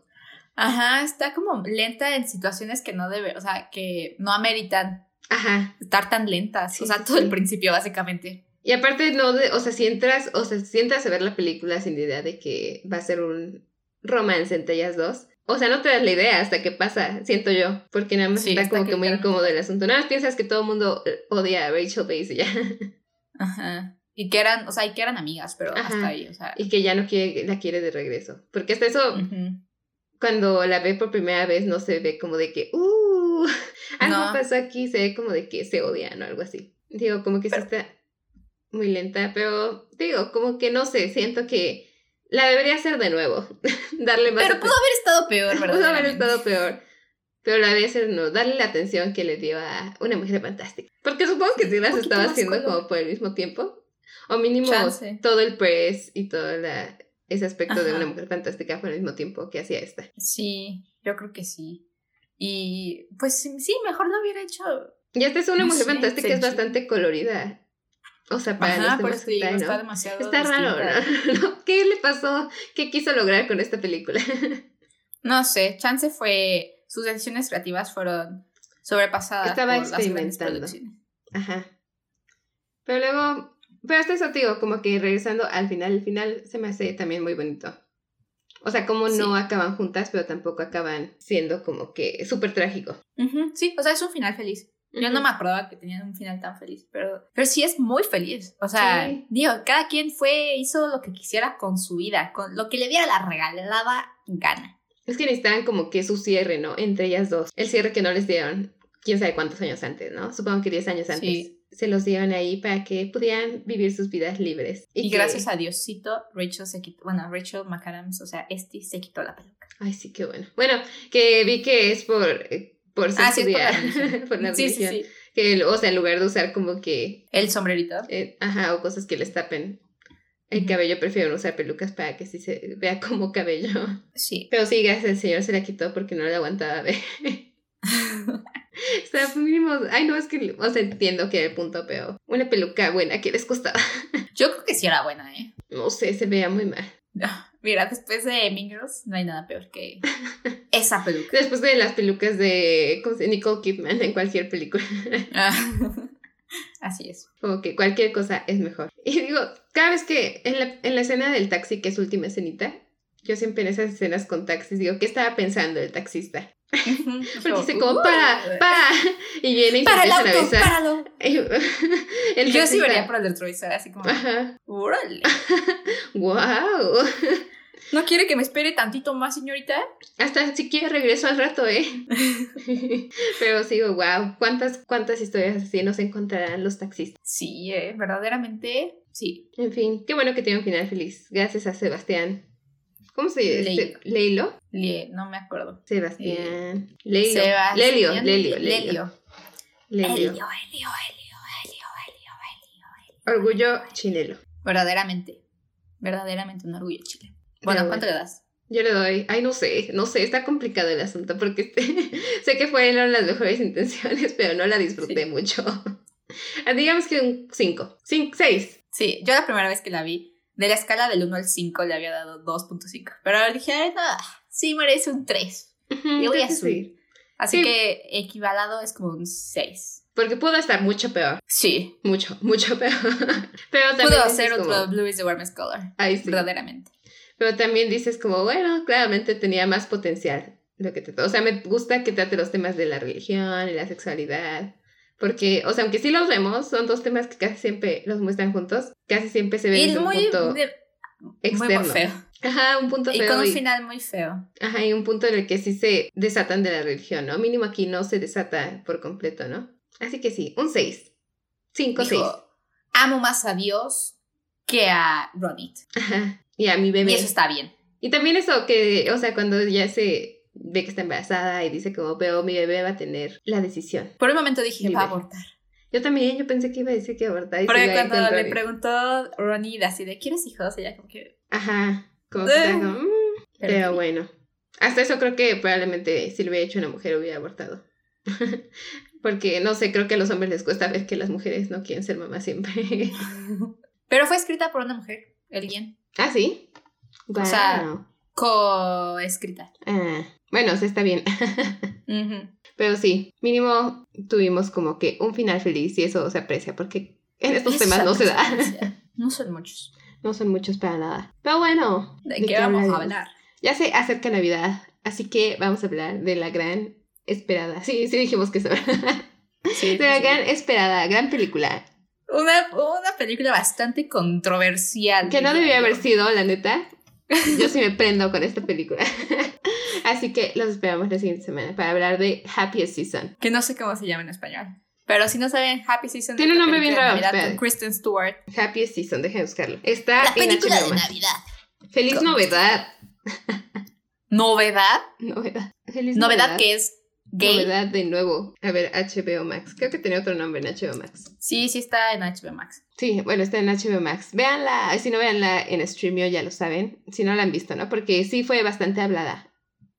B: Ajá, está como lenta en situaciones que no debe, o sea, que no ameritan
A: Ajá.
B: estar tan lentas.
A: Sí,
B: o sea,
A: sí,
B: todo
A: sí.
B: el principio, básicamente.
A: Y aparte, no, de, o sea, si entras, o sea, si entras a ver la película sin la idea de que va a ser un romance entre ellas dos. O sea, no te das la idea hasta que pasa, siento yo. Porque nada más
B: Sí,
A: está
B: hasta
A: como
B: que
A: que muy
B: literalmente
A: incómodo el asunto. Nada más piensas que todo el mundo eh, odia a Rachel Bates y ya. [laughs]
B: Ajá. Y que eran, o sea, y que eran amigas, pero
A: Ajá.
B: hasta ahí, o sea.
A: Y que ya no quiere, la quiere de regreso. Porque hasta eso,
B: ujú.
A: cuando la ve por primera vez, no se ve como de que, uh, [laughs] algo
B: No.
A: pasó aquí. Se ve como de que se odian o algo así. Digo, como que sí está muy lenta, pero digo, como que no sé, siento que la debería hacer de nuevo. [laughs] Darle más
B: Pero pudo haber estado peor,
A: atención.
B: ¿verdad?
A: Pudo haber estado peor. Pero la debería hacer de nuevo, darle la atención que le dio a una mujer fantástica. Porque supongo que
B: Sí,
A: sí
B: un
A: las
B: poquito
A: estaba
B: más
A: haciendo
B: color.
A: como por el mismo tiempo. O mínimo
B: Chance.
A: todo el press y toda la ese aspecto de
B: Ajá.
A: una mujer fantástica fue al mismo tiempo que hacía esta.
B: Sí, yo creo que sí. Y pues sí, mejor no hubiera hecho.
A: Y esta es una
B: No
A: mujer
B: sé,
A: fantástica, es
B: Senchi.
A: bastante colorida. O sea, para
B: Ajá,
A: los
B: por
A: temas
B: eso
A: que
B: te digo,
A: trae,
B: está
A: ¿no?
B: demasiado.
A: Está raro,
B: distinta.
A: ¿no? [laughs] ¿No? ¿Qué le pasó? ¿Qué quiso lograr con esta película? [laughs]
B: No sé, Chance fue. Sus decisiones creativas fueron sobrepasadas
A: Estaba
B: por las grandes
A: experimentando.
B: producciones.
A: Ajá. Pero luego, pero hasta eso, tío, como que regresando al final, el final se me hace también muy bonito. O sea, como no acaban juntas, pero tampoco acaban siendo como que súper trágico.
B: Ujú, Sí, o sea, es un final feliz. Yo no me acordaba que tenían un final tan feliz, pero, pero sí es muy feliz. O sea,
A: Sí.
B: digo, cada quien fue, hizo lo que quisiera con su vida, con lo que le diera la regalada gana.
A: Es que necesitaban como que su cierre, ¿no? Entre ellas dos. El cierre que no les dieron, quién sabe cuántos años antes, ¿no? Supongo que 10 años antes.
B: Sí.
A: Se los dieron ahí para que pudieran vivir sus vidas libres.
B: Y,
A: que-
B: gracias a Diosito, Rachel se quitó, bueno, Rachel McAdams, o sea, este se quitó la peluca.
A: Ay, sí, qué bueno. Bueno, que vi que es por, eh, por ser
B: Ah, sí, es por la
A: judía, [laughs]
B: religión.
A: por la
B: sí, sí,
A: religión.
B: sí.
A: Que, el- o sea, en lugar de usar como que,
B: El sombrerito.
A: eh, ajá, o cosas que les tapen el
B: Ujú.
A: cabello, prefiero usar pelucas para que sí se vea como cabello. [laughs]
B: Sí. [laughs]
A: Pero sí, gracias, el señor se la quitó porque no la aguantaba ver. O sea, mínimo, ay, no, es que, o sea, entiendo que era el punto, pero una peluca buena que les costaba.
B: Yo creo que sí era buena, ¿eh?
A: No sé, se veía muy mal.
B: [laughs] Mira, después de Mean Girls, no hay nada peor
A: [laughs]
B: que esa peluca. [laughs]
A: Después de las pelucas de ¿cómo se- Nicole Kidman en cualquier película, [laughs]
B: Ah, Así es.
A: como que cualquier cosa es mejor. Y digo, cada vez que en la, en la escena del taxi, que es su última escenita, yo siempre en esas escenas con taxis digo, ¿qué estaba pensando el taxista? [laughs] Porque dice como, para, para, [laughs] y viene y se
B: Para el
A: empiezan a
B: auto,
A: besar. [laughs]
B: páralo.
A: El
B: Yo sí
A: taxista,
B: vería por el retrovisor, así como,
A: Ajá,
B: órale.
A: wow.
B: ¿No quiere que me espere tantito más, señorita?
A: Hasta si quieres regreso al rato,
B: [laughs]
A: ¿eh? Pero sigo, wow, ¿cuántas, cuántas historias así nos encontrarán los taxistas.
B: Sí, eh, verdaderamente, sí.
A: En fin, qué bueno que tiene un final feliz. Gracias a Sebastián. ¿Cómo se dice?
B: Leilo.
A: Leilo.
B: Le- no me acuerdo.
A: Sebastián. Leilo.
B: Sebastián-
A: Lelio, Lelio, Lelio.
B: Lelio.
A: Lelio.
B: Elio, Elio, Elio, Elio, Elio, Elio.
A: Orgullo chinelo.
B: Verdaderamente. Verdaderamente un orgullo, Chile. Bueno,
A: Pero
B: ¿cuánto le das?
A: Yo le doy, ay, no sé, no sé, está complicado el asunto porque [laughs] este- sé que fueron las mejores intenciones, pero no la disfruté mucho. [laughs] Ah, Digamos que un 5, 6.
B: Sí, yo la primera vez que la vi, de la escala del 1 al 5 le había dado 2.5. Pero dije, "Ay, no, sí merece un 3. Le voy a subir. Así
A: Sí.
B: que equivalado es como un 6.
A: Porque pudo estar mucho peor.
B: Sí,
A: Mucho, [laughs] mucho peor. Pero también
B: Pudo
A: dices
B: hacer
A: como,
B: otro Blue is the Warmest Color.
A: "Ay, sí".
B: Verdaderamente.
A: Pero también dices como, bueno, claramente tenía más potencial lo que te O sea, me gusta que trate los temas de la religión y la sexualidad. Porque, o sea, aunque sí los vemos, son dos temas que casi siempre los muestran juntos. Casi siempre se ven
B: Y
A: desde
B: muy,
A: un punto
B: de- muy
A: externo.
B: feo.
A: Ajá, un punto
B: Y
A: feo.
B: con un
A: y-
B: final muy feo.
A: ajá, y un punto en el que sí se desatan de la religión, ¿no? Mínimo aquí no se desata por completo, ¿no? Así que sí, un 6. 5, 6.
B: Dijo, amo más a Dios que a Ronit.
A: Ajá. Y a mi bebé.
B: Y eso está bien.
A: Y también eso que, o sea, cuando ya se ve que está embarazada y dice como, pero mi bebé va a tener la decisión.
B: Por un momento dije,
A: Libre.
B: va a abortar.
A: Yo también, yo pensé que iba a decir que abortar y se
B: Porque
A: iba a ir
B: cuando
A: con
B: le
A: Ronnie.
B: preguntó Ronit así de, ¿quieres hijos? Ella como que...
A: Ajá, como que
B: Eh.
A: estaba como, "Mm", pero,
B: sí.
A: bueno. Hasta eso creo que probablemente si lo hubiera hecho una mujer hubiera abortado. [laughs] Porque, no sé, creo que a los hombres les cuesta ver que las mujeres no quieren ser mamás siempre. [laughs]
B: Pero fue escrita por una mujer, el guión.
A: ¿Ah, sí?
B: O sea,
A: Guau.
B: Co-escrita.
A: Ah, bueno, o sea, está bien.
B: Ujú.
A: Pero sí, mínimo tuvimos como que un final feliz y eso se aprecia porque en estos
B: Eso
A: temas
B: es
A: no se da.
B: apreciable. No son muchos.
A: [laughs] No son muchos para nada. Pero bueno,
B: ¿De, qué vamos
A: hablaremos?
B: a hablar?
A: Ya se acerca Navidad, así que vamos a hablar de la gran esperada. Sí, sí dijimos [laughs] que se
B: Sí, sí,
A: De la
B: sí.
A: gran esperada, gran película.
B: Una, una película bastante controversial.
A: Que no debió
B: diría
A: haber
B: yo.
A: sido, la
B: [laughs]
A: neta. Yo sí me prendo con esta película. [laughs] Así que los esperamos la siguiente semana para hablar de Happiest Season.
B: Que no sé cómo se llama en español. Pero si no saben, Happy Season.
A: Tiene un
B: es la
A: nombre bien
B: película de
A: raro,
B: Navidad
A: espera.
B: con Kristen Stewart.
A: Happiest Season, déjenme buscarlo. Está
B: La
A: en
B: película
A: HBO
B: de
A: Max.
B: Navidad.
A: Feliz
B: Con-
A: novedad.
B: ¿Novedad?
A: Novedad. Feliz
B: Novedad que es Gay.
A: Novedad de nuevo. A ver, HBO Max. Creo que tenía otro nombre en HBO Max.
B: Sí, sí está en HBO Max.
A: Sí, bueno, está en HBO Max. Véanla, si no véanla en Streamio ya lo saben, si no la han visto, ¿no? Porque sí fue bastante hablada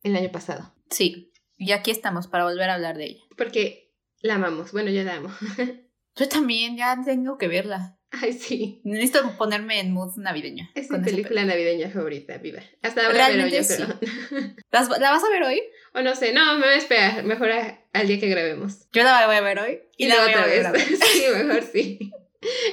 A: el año pasado.
B: Sí. Y aquí estamos para volver a hablar de ella.
A: Porque la amamos. Bueno, yo la amo. [laughs]
B: Yo también, ya tengo que verla.
A: Ay, sí.
B: Necesito ponerme en mood navideño.
A: Es mi
B: con esa
A: película navideña favorita, viva. Hasta ahora, pero
B: Realmente
A: yo
B: sí.
A: creo.
B: peli- ¿Las- ¿La vas a ver hoy?
A: O no sé, no, me voy a esperar. Mejor a- al día que grabemos.
B: Yo la voy a ver hoy. Y, la
A: luego
B: voy a ver otra vez.
A: sí, mejor sí.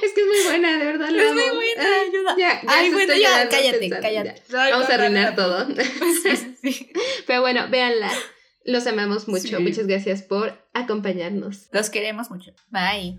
A: Es que es muy buena, de verdad. la
B: Es muy
A: amo. [laughs]
B: buena,
A: Ay,
B: ayuda.
A: Ya, ya
B: Ay,
A: se
B: bueno,
A: estoy
B: ya,
A: llorando
B: cállate,
A: pensando,
B: cállate.
A: ya.
B: Ay,
A: Vamos a
B: perdón,
A: arruinar
B: perdón.
A: todo. [laughs]
B: [laughs] Sí, sí, sí.
A: Pero bueno, véanla. Los amamos mucho.
B: Sí.
A: Muchas gracias por acompañarnos.
B: Los queremos mucho. Bye.